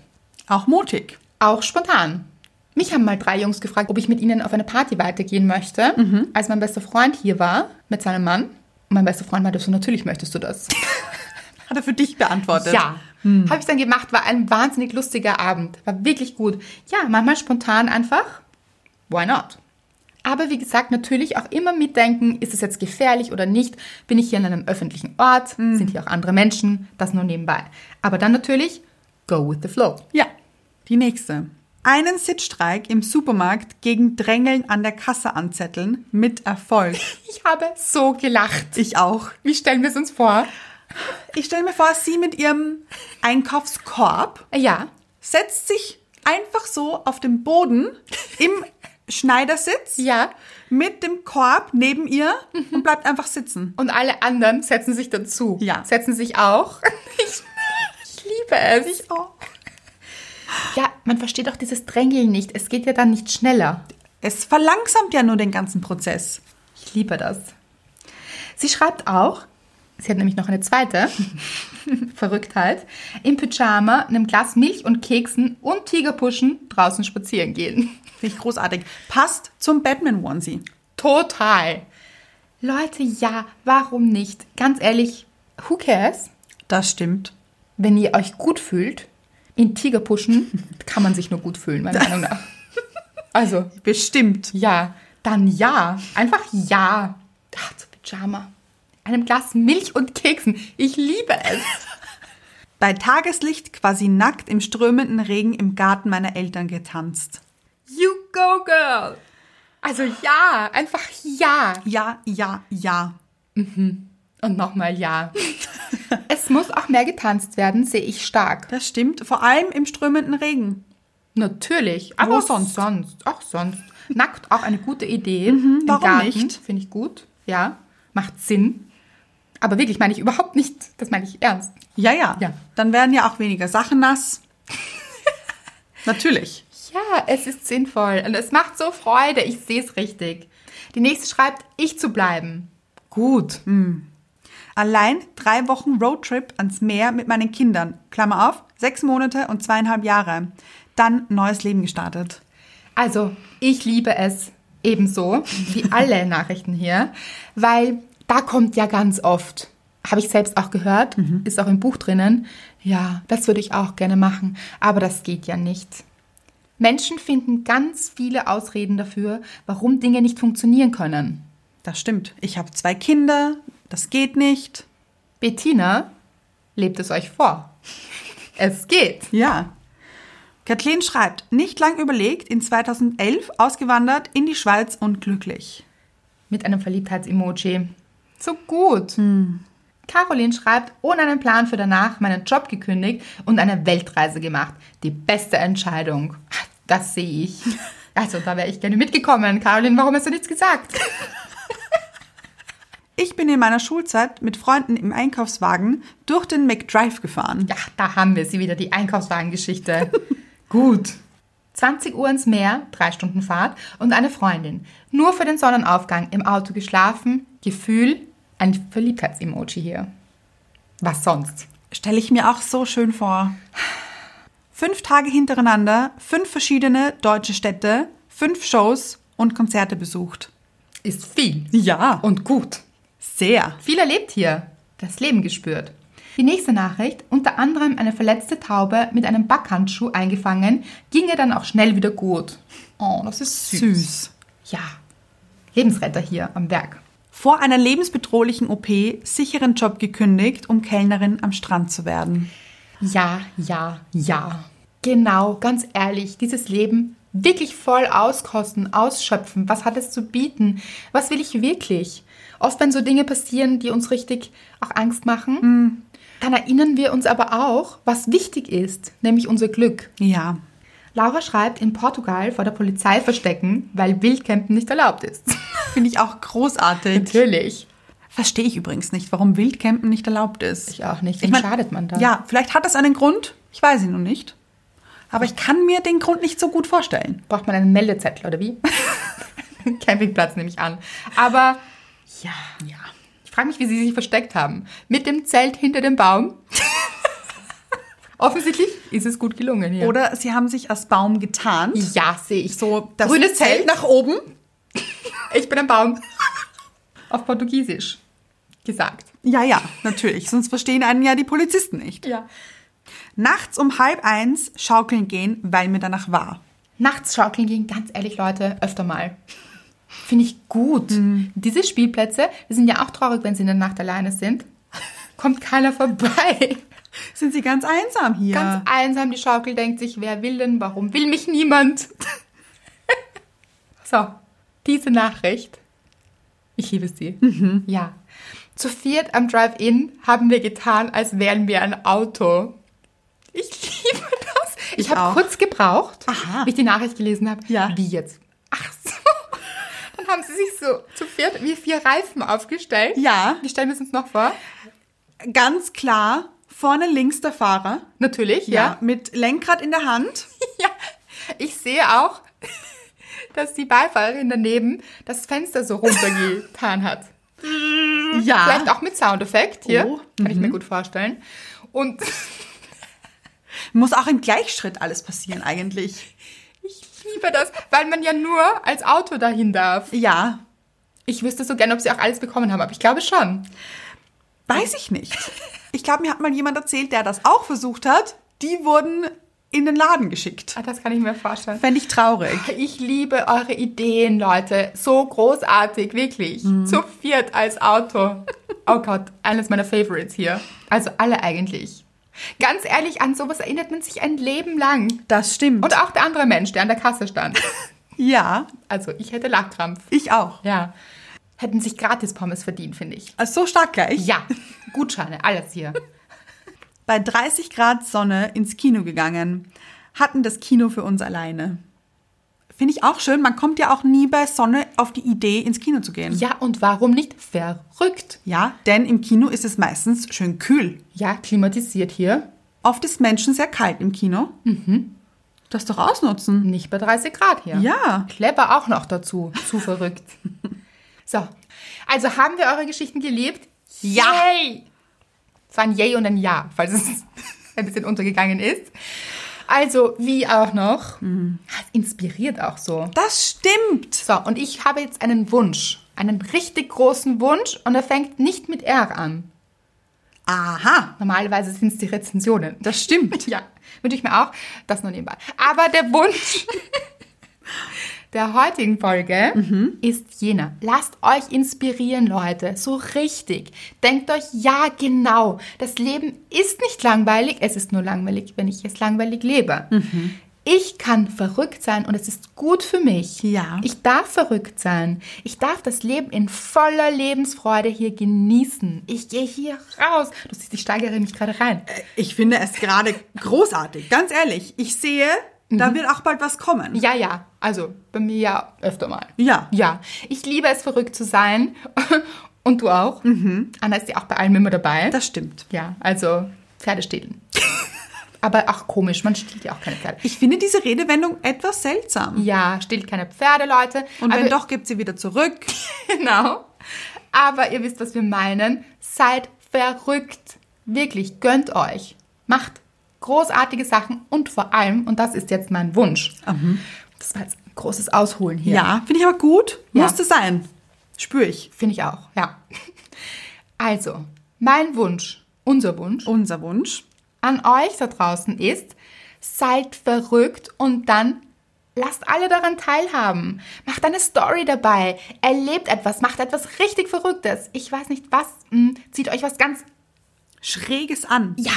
Speaker 1: Auch mutig.
Speaker 2: Auch spontan. Mich haben mal drei Jungs gefragt, ob ich mit ihnen auf eine Party weitergehen möchte,
Speaker 1: Mhm.
Speaker 2: als mein bester Freund hier war mit seinem Mann. Und mein bester Freund meinte so, natürlich möchtest du das.
Speaker 1: Hat er für dich beantwortet.
Speaker 2: ja. Hm. Habe ich dann gemacht, war ein wahnsinnig lustiger Abend. War wirklich gut. Ja, manchmal spontan einfach. Why not? Aber wie gesagt, natürlich auch immer mitdenken, ist es jetzt gefährlich oder nicht? Bin ich hier an einem öffentlichen Ort? Sind hier auch andere Menschen? Das nur nebenbei. Aber dann natürlich, go with the flow.
Speaker 1: Ja, die nächste. Einen Sitzstreik im Supermarkt gegen Drängeln an der Kasse anzetteln mit Erfolg.
Speaker 2: Ich habe so gelacht.
Speaker 1: Ich auch.
Speaker 2: Wie stellen wir es uns vor?
Speaker 1: Ich stelle mir vor, sie mit ihrem Einkaufskorb
Speaker 2: Ja.
Speaker 1: setzt sich einfach so auf den Boden im Schneidersitz
Speaker 2: Ja.
Speaker 1: mit dem Korb neben ihr und bleibt einfach sitzen.
Speaker 2: Und alle anderen setzen sich dazu.
Speaker 1: Ja.
Speaker 2: Setzen sich auch. Ich, ich liebe es.
Speaker 1: auch.
Speaker 2: Ja, man versteht auch dieses Drängeln nicht. Es geht ja dann nicht schneller.
Speaker 1: Es verlangsamt ja nur den ganzen Prozess.
Speaker 2: Ich liebe das. Sie schreibt auch, sie hat nämlich noch eine zweite Verrücktheit, im Pyjama, einem Glas Milch und Keksen und Tigerpuschen draußen spazieren gehen.
Speaker 1: Finde ich großartig. Passt zum Batman-Onesie.
Speaker 2: Total. Leute, ja, warum nicht? Ganz ehrlich, who cares?
Speaker 1: Das stimmt.
Speaker 2: wenn ihr euch gut fühlt, in Tigerpuschen kann man sich nur gut fühlen, meiner Meinung nach. Also,
Speaker 1: Bestimmt.
Speaker 2: ja, dann ja. Einfach ja. Ach, zu Pyjama. Einem Glas Milch und Keksen. Ich liebe es.
Speaker 1: Bei Tageslicht quasi nackt im strömenden Regen im Garten meiner Eltern getanzt.
Speaker 2: You go, girl. Also ja, einfach ja.
Speaker 1: Ja, ja, ja.
Speaker 2: Und nochmal ja. es muss auch mehr getanzt werden, sehe ich stark.
Speaker 1: Das stimmt. Vor allem im strömenden Regen.
Speaker 2: Natürlich, aber
Speaker 1: Wo
Speaker 2: sonst.
Speaker 1: sonst?
Speaker 2: sonst. Auch sonst. Nackt, auch eine gute Idee. Im
Speaker 1: warum
Speaker 2: Garten,
Speaker 1: nicht?
Speaker 2: Finde ich gut. Ja, macht Sinn. Aber wirklich meine ich überhaupt nicht. Das meine ich ernst.
Speaker 1: Ja, ja,
Speaker 2: Ja.
Speaker 1: Dann werden ja auch weniger Sachen nass. Natürlich.
Speaker 2: Ja, es ist sinnvoll und es macht so Freude. Ich sehe es richtig. Die nächste schreibt, ich zu bleiben.
Speaker 1: Gut. Allein drei Wochen Roadtrip ans Meer mit meinen Kindern. Klammer auf, sechs Monate und zweieinhalb Jahre. Dann neues Leben gestartet.
Speaker 2: Also, ich liebe es ebenso wie alle Nachrichten hier, weil da kommt ja ganz oft, habe ich selbst auch gehört, ist auch im Buch drinnen, ja, das würde ich auch gerne machen, aber das geht ja nicht. Menschen finden ganz viele Ausreden dafür, warum Dinge nicht funktionieren können.
Speaker 1: Das stimmt. Ich habe zwei Kinder. Das geht nicht.
Speaker 2: Bettina lebt es euch vor. Es geht.
Speaker 1: Ja. Kathleen schreibt, nicht lang überlegt, in 2011 ausgewandert in die Schweiz und glücklich.
Speaker 2: Mit einem Verliebtheits-Emoji. So gut. Caroline schreibt, ohne einen Plan für danach meinen Job gekündigt und eine Weltreise gemacht. Die beste Entscheidung. Das sehe ich. Also, da wäre ich gerne mitgekommen. Caroline, warum hast du nichts gesagt?
Speaker 1: Ich bin in meiner Schulzeit mit Freunden im Einkaufswagen durch den McDrive gefahren.
Speaker 2: Ja, da haben wir sie wieder, die Einkaufswagengeschichte. Gut. 20 Uhr ins Meer, drei Stunden Fahrt und eine Freundin. Nur für den Sonnenaufgang im Auto geschlafen. Gefühl, ein Verliebtheits-Emoji hier. Was sonst?
Speaker 1: Stelle ich mir auch so schön vor. Fünf Tage hintereinander, fünf verschiedene deutsche Städte, fünf Shows und Konzerte besucht.
Speaker 2: Ist viel.
Speaker 1: Ja,
Speaker 2: Und gut.
Speaker 1: sehr.
Speaker 2: Viel erlebt hier. Das Leben gespürt. Die nächste Nachricht, unter anderem eine verletzte Taube mit einem Backhandschuh eingefangen, ging ihr dann auch schnell wieder gut. Oh, das ist süß.
Speaker 1: Süß.
Speaker 2: Ja. Lebensretter hier am Werk.
Speaker 1: Vor einer lebensbedrohlichen OP sicheren Job gekündigt, um Kellnerin am Strand zu werden.
Speaker 2: Ja, ja, ja. Genau, ganz ehrlich, dieses Leben wirklich voll auskosten, ausschöpfen. Was hat es zu bieten? Was will ich wirklich? Oft, wenn so Dinge passieren, die uns richtig auch Angst machen,
Speaker 1: Hm.
Speaker 2: dann erinnern wir uns aber auch, was wichtig ist, nämlich unser Glück.
Speaker 1: Ja.
Speaker 2: Laura schreibt, in Portugal vor der Polizei verstecken, weil Wildcampen nicht erlaubt ist.
Speaker 1: Finde ich auch großartig.
Speaker 2: Natürlich.
Speaker 1: Verstehe ich übrigens nicht, warum Wildcampen nicht erlaubt ist.
Speaker 2: Ich auch nicht.
Speaker 1: Ich
Speaker 2: Wem
Speaker 1: mein-
Speaker 2: schadet man da?
Speaker 1: Ja, vielleicht hat das einen Grund. Ich weiß ihn noch nicht. Aber ich kann mir den Grund nicht so gut vorstellen.
Speaker 2: braucht man einen Meldezettel, oder wie? Campingplatz nehme ich an. Aber ja, ja. Ich frage mich, wie sie sich versteckt haben. Mit dem Zelt hinter dem Baum. Offensichtlich ist es gut gelungen hier.
Speaker 1: Oder sie haben sich als Baum getarnt.
Speaker 2: ja, sehe ich so.
Speaker 1: das
Speaker 2: grüne Zelt.
Speaker 1: nach oben.
Speaker 2: Ich bin ein Baum. Auf Portugiesisch gesagt.
Speaker 1: Ja, ja, natürlich. Sonst verstehen einen ja die Polizisten nicht.
Speaker 2: Ja.
Speaker 1: Nachts um halb eins schaukeln gehen, weil mir danach war.
Speaker 2: Nachts schaukeln gehen, ganz ehrlich, Leute, öfter mal. Finde ich gut. Diese Spielplätze, die sind ja auch traurig, wenn sie in der Nacht alleine sind. Kommt keiner vorbei.
Speaker 1: Sind sie ganz einsam hier?
Speaker 2: Ganz einsam, die Schaukel denkt sich, wer will denn, warum will mich niemand? so, diese Nachricht. Ich liebe sie.
Speaker 1: Mhm.
Speaker 2: Ja. Zu viert am Drive-In haben wir getan, als wären wir ein Auto. Ich liebe das. Ich,
Speaker 1: Ich auch.
Speaker 2: habe kurz gebraucht,
Speaker 1: Aha.
Speaker 2: wie ich die Nachricht gelesen habe.
Speaker 1: Ja.
Speaker 2: Wie jetzt? Ach so. Dann haben sie sich so zu viert wie vier Reifen aufgestellt.
Speaker 1: Ja.
Speaker 2: Wie stellen wir es uns noch vor?
Speaker 1: ganz klar, vorne links der Fahrer.
Speaker 2: Natürlich, ja.
Speaker 1: Mit Lenkrad in der Hand.
Speaker 2: Ja, ich sehe auch, dass die Beifahrerin daneben das Fenster so runtergetan hat.
Speaker 1: Ja.
Speaker 2: Vielleicht auch mit Soundeffekt hier.
Speaker 1: Ah. Oh,
Speaker 2: Kann ich mir gut vorstellen. Und
Speaker 1: Muss auch im Gleichschritt alles passieren eigentlich.
Speaker 2: ich liebe das, weil man ja nur als Auto dahin darf.
Speaker 1: Ja.
Speaker 2: Ich wüsste so gerne, ob sie auch alles bekommen haben, aber ich glaube schon.
Speaker 1: Weiß ich nicht. Ich glaube, mir hat mal jemand erzählt, der das auch versucht hat. Die wurden in den Laden geschickt.
Speaker 2: Ah, das kann ich mir vorstellen.
Speaker 1: Fände ich traurig.
Speaker 2: Ich liebe eure Ideen, Leute. So großartig, wirklich. Zu viert als Auto. Oh Gott, eines meiner Favorites hier. Also alle eigentlich. Ganz ehrlich, an sowas erinnert man sich ein Leben lang.
Speaker 1: Das stimmt.
Speaker 2: Und auch der andere Mensch, der an der Kasse stand.
Speaker 1: ja,
Speaker 2: Also ich hätte Lachkrampf.
Speaker 1: ich auch.
Speaker 2: Ja. Hätten sich gratis Pommes verdient, finde ich.
Speaker 1: Also so stark gleich.
Speaker 2: Ja, Gutscheine, alles hier.
Speaker 1: Bei 30 Grad Sonne ins Kino gegangen. Hatten das Kino für uns alleine. Finde ich auch schön. Man kommt ja auch nie bei Sonne auf die Idee, ins Kino zu gehen.
Speaker 2: Ja, und warum nicht? Verrückt.
Speaker 1: ja denn im Kino ist es meistens schön kühl.
Speaker 2: Ja, klimatisiert hier.
Speaker 1: Oft ist Menschen sehr kalt im Kino. Mhm. Das doch ausnutzen.
Speaker 2: Nicht bei 30 Grad hier.
Speaker 1: Ja.
Speaker 2: Klepper auch noch dazu. Zu verrückt. So. Also haben wir eure Geschichten geliebt?
Speaker 1: Ja.
Speaker 2: Yay! Es war ein Yay und ein Ja, falls es ein bisschen untergegangen ist. Also, wie auch noch. Hat inspiriert auch so.
Speaker 1: Das stimmt.
Speaker 2: So, und ich habe jetzt einen Wunsch. Einen richtig großen Wunsch und er fängt nicht mit R an.
Speaker 1: Aha,
Speaker 2: Normalerweise sind es die Rezensionen.
Speaker 1: das stimmt.
Speaker 2: Ja, wünsche ich mir auch. Das nur nebenbei. Aber der Wunsch der heutigen Folge ist jener. Lasst euch inspirieren, Leute. So richtig. Denkt euch, ja, genau. Das Leben ist nicht langweilig. Es ist nur langweilig, wenn ich es langweilig lebe. Ich kann verrückt sein und es ist gut für mich.
Speaker 1: Ja.
Speaker 2: Ich darf verrückt sein. Ich darf das Leben in voller Lebensfreude hier genießen. Ich gehe hier raus. Du siehst, ich steigere mich gerade rein.
Speaker 1: äh, Ich finde es gerade großartig, ganz ehrlich. Ich sehe, da wird auch bald was kommen.
Speaker 2: Ja, ja. Also bei mir ja öfter mal.
Speaker 1: Ja.
Speaker 2: Ja. Ich liebe es, verrückt zu sein. Und du auch. Anna ist ja auch bei allem immer dabei.
Speaker 1: Mhm. Das stimmt.
Speaker 2: ja, also Pferde stehlen. Aber auch komisch, man stiehlt ja auch keine Pferde.
Speaker 1: Ich finde diese Redewendung etwas seltsam.
Speaker 2: Ja, stillt keine Pferde, Leute.
Speaker 1: Und wenn
Speaker 2: Aber-
Speaker 1: doch, gibt sie wieder zurück.
Speaker 2: Genau. Aber ihr wisst, was wir meinen. Seid verrückt. Wirklich, gönnt euch. Macht großartige Sachen und vor allem, und das ist jetzt mein Wunsch, das war jetzt ein großes Ausholen hier.
Speaker 1: Mhm. Ja, finde ich aber gut.
Speaker 2: Ja.
Speaker 1: Musste sein. Spür ich.
Speaker 2: Finde ich auch, ja. Also, mein Wunsch, unser Wunsch
Speaker 1: Unser Wunsch.
Speaker 2: an euch da draußen ist, seid verrückt und dann lasst alle daran teilhaben. Macht eine Story dabei, erlebt etwas, macht etwas richtig Verrücktes. Ich weiß nicht was, hm, zieht euch was ganz,
Speaker 1: Schräges an.
Speaker 2: ja,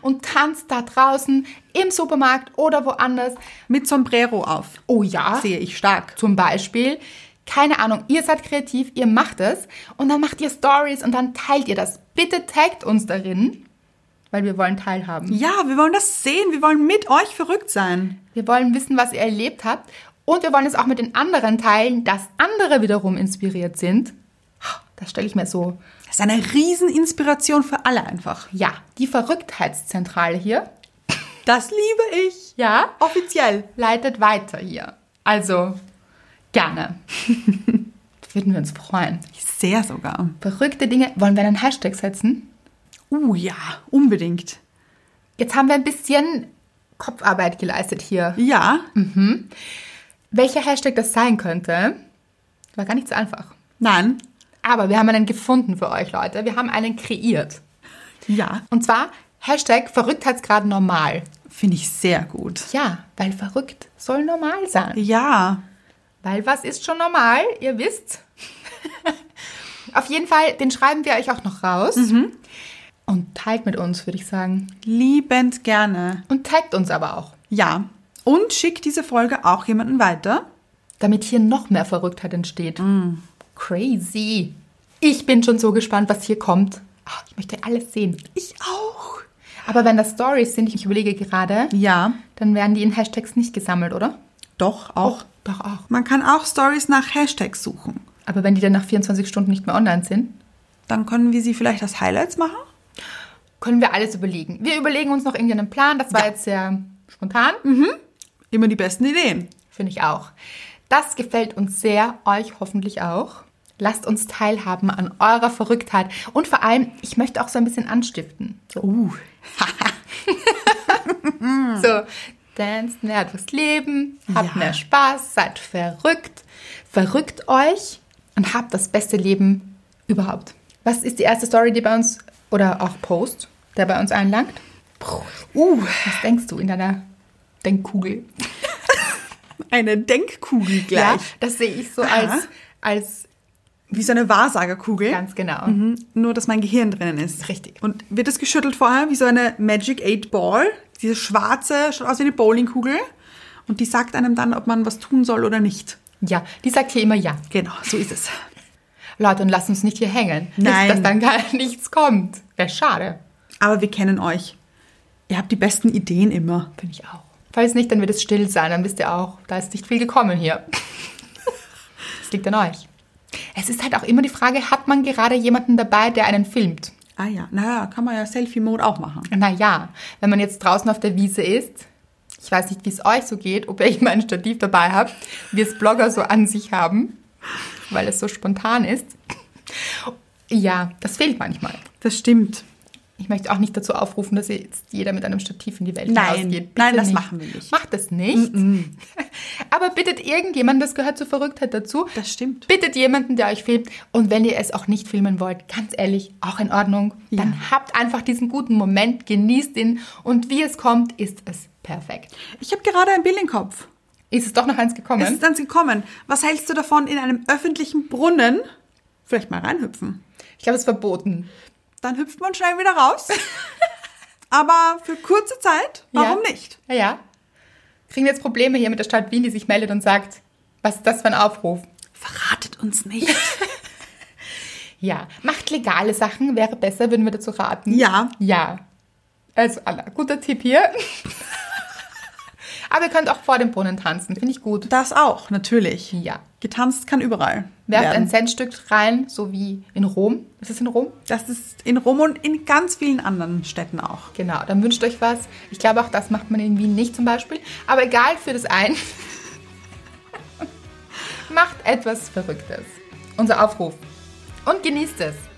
Speaker 2: und tanzt da draußen im Supermarkt oder woanders.
Speaker 1: Mit Sombrero auf.
Speaker 2: Oh ja,
Speaker 1: Sehe ich stark.
Speaker 2: zum Beispiel. Keine Ahnung, ihr seid kreativ, ihr macht es und dann macht ihr Stories und dann teilt ihr das. Bitte taggt uns darin, weil wir wollen teilhaben.
Speaker 1: Ja, wir wollen das sehen. Wir wollen mit euch verrückt sein.
Speaker 2: Wir wollen wissen, was ihr erlebt habt. Und wir wollen es auch mit den anderen teilen, dass andere wiederum inspiriert sind. Das stelle ich mir so.
Speaker 1: Das ist eine Rieseninspiration für alle einfach.
Speaker 2: Ja, die Verrücktheitszentrale hier.
Speaker 1: Das liebe ich.
Speaker 2: Ja.
Speaker 1: Offiziell.
Speaker 2: Leitet weiter hier. Also, gerne. Würden wir uns freuen.
Speaker 1: Sehr sogar.
Speaker 2: Verrückte Dinge. Wollen wir einen Hashtag setzen?
Speaker 1: Uh ja, unbedingt.
Speaker 2: Jetzt haben wir ein bisschen Kopfarbeit geleistet hier.
Speaker 1: Ja.
Speaker 2: Welcher Hashtag das sein könnte, war gar nicht so einfach.
Speaker 1: Nein.
Speaker 2: Aber wir haben einen gefunden für euch, Leute. Wir haben einen kreiert.
Speaker 1: Ja.
Speaker 2: Und zwar Hashtag Verrücktheitsgrad normal.
Speaker 1: Finde ich sehr gut.
Speaker 2: Ja, weil verrückt soll normal sein.
Speaker 1: Ja.
Speaker 2: Weil was ist schon normal? Ihr wisst. Auf jeden Fall, den schreiben wir euch auch noch raus. Und teilt mit uns, würde ich sagen.
Speaker 1: Liebend gerne.
Speaker 2: Und taggt uns aber auch,
Speaker 1: Ja. Und schick diese Folge auch jemanden weiter.
Speaker 2: damit hier noch mehr Verrücktheit entsteht. Crazy. Ich bin schon so gespannt, was hier kommt. Ah, Ich möchte alles sehen.
Speaker 1: Ich auch.
Speaker 2: Aber wenn das Stories sind, ich überlege gerade,
Speaker 1: Ja.
Speaker 2: dann werden die in Hashtags nicht gesammelt, oder?
Speaker 1: Doch, auch.
Speaker 2: Doch auch.
Speaker 1: Oh. Man kann auch Stories nach Hashtags suchen.
Speaker 2: Aber wenn die dann nach 24 Stunden nicht mehr online sind,
Speaker 1: Dann können wir sie vielleicht als Highlights machen.
Speaker 2: können wir alles überlegen. Wir überlegen uns noch irgendeinen Plan. Das war jetzt sehr spontan.
Speaker 1: Immer die besten Ideen.
Speaker 2: Finde ich auch. Das gefällt uns sehr, euch hoffentlich auch. Lasst uns teilhaben an eurer Verrücktheit. Und vor allem, ich möchte auch so ein bisschen anstiften. So,
Speaker 1: Uh.
Speaker 2: so tanzt mehr durchs Leben, habt
Speaker 1: Ja.
Speaker 2: mehr Spaß, seid verrückt, verrückt euch und habt das beste Leben überhaupt. Was ist die erste Story, die bei uns, oder auch Post, der bei uns einlangt?
Speaker 1: Uh.
Speaker 2: Was denkst du in deiner Denkkugel?
Speaker 1: Eine Denkkugel
Speaker 2: Ja,
Speaker 1: gleich.
Speaker 2: das sehe ich so
Speaker 1: Aha.
Speaker 2: als, als
Speaker 1: Wie so eine Wahrsagerkugel.
Speaker 2: ganz genau.
Speaker 1: Mhm. Nur, dass mein Gehirn drinnen ist.
Speaker 2: Richtig.
Speaker 1: Und wird es geschüttelt vorher wie so eine Magic Eight Ball. Diese schwarze, schaut aus wie eine Bowlingkugel. Und die sagt einem dann, ob man was tun soll oder nicht.
Speaker 2: Ja, die sagt hier immer ja.
Speaker 1: Genau, so ist es.
Speaker 2: Leute, und lasst uns nicht hier hängen.
Speaker 1: Nein.
Speaker 2: Nicht, dass dann gar nichts kommt. Wäre schade.
Speaker 1: Aber wir kennen euch. Ihr habt die besten Ideen immer.
Speaker 2: Finde ich auch. Falls nicht, dann wird es still sein. Dann wisst ihr auch, da ist nicht viel gekommen hier. Das liegt an euch. Es ist halt auch immer die Frage, hat man gerade jemanden dabei, der einen filmt?
Speaker 1: Ah ja, naja, kann man ja Selfie-Mode auch machen.
Speaker 2: Naja, wenn man jetzt draußen auf der Wiese ist, ich weiß nicht, wie es euch so geht, ob ihr immer ein Stativ dabei habt, wie es Blogger so an sich haben, weil es so spontan ist. Ja, das fehlt manchmal.
Speaker 1: Das stimmt.
Speaker 2: Ich möchte auch nicht dazu aufrufen, dass jetzt jeder mit einem Stativ in die Welt
Speaker 1: Nein,
Speaker 2: hinausgeht.
Speaker 1: nein, das
Speaker 2: nicht.
Speaker 1: machen wir nicht.
Speaker 2: Macht das nicht. Aber bittet irgendjemanden, das gehört zur Verrücktheit dazu.
Speaker 1: Das stimmt.
Speaker 2: Bittet jemanden, der euch filmt. Und wenn ihr es auch nicht filmen wollt, ganz ehrlich, auch in Ordnung. Dann habt einfach diesen guten Moment, genießt ihn. Und wie es kommt, ist es perfekt.
Speaker 1: Ich habe gerade ein Bild im Kopf.
Speaker 2: Ist es doch noch eins gekommen?
Speaker 1: Es ist ans gekommen. Was hältst du davon, in einem öffentlichen Brunnen vielleicht mal reinhüpfen?
Speaker 2: ich glaube, es ist verboten.
Speaker 1: Dann hüpft man schnell wieder raus. Aber für kurze Zeit, warum
Speaker 2: ja?
Speaker 1: nicht?
Speaker 2: Ja, ja. Kriegen wir jetzt Probleme hier mit der Stadt Wien, die sich meldet und sagt, was ist das für ein Aufruf?
Speaker 1: Verratet uns nicht.
Speaker 2: Ja, macht legale Sachen, wäre besser, würden wir dazu raten.
Speaker 1: Ja.
Speaker 2: Ja. Also, Anna, guter Tipp hier. Aber ihr könnt auch vor dem Brunnen tanzen, finde ich gut.
Speaker 1: Das auch, natürlich.
Speaker 2: Ja.
Speaker 1: Getanzt kann überall.
Speaker 2: Werft ein
Speaker 1: werden.
Speaker 2: Centstück rein, so wie in Rom. Ist es in Rom?
Speaker 1: Das ist in Rom und in ganz vielen anderen Städten auch.
Speaker 2: Genau, dann wünscht euch was. Ich glaube, auch das macht man in Wien nicht zum Beispiel. Aber egal, für das ein. macht etwas Verrücktes. Unser Aufruf. Und genießt es.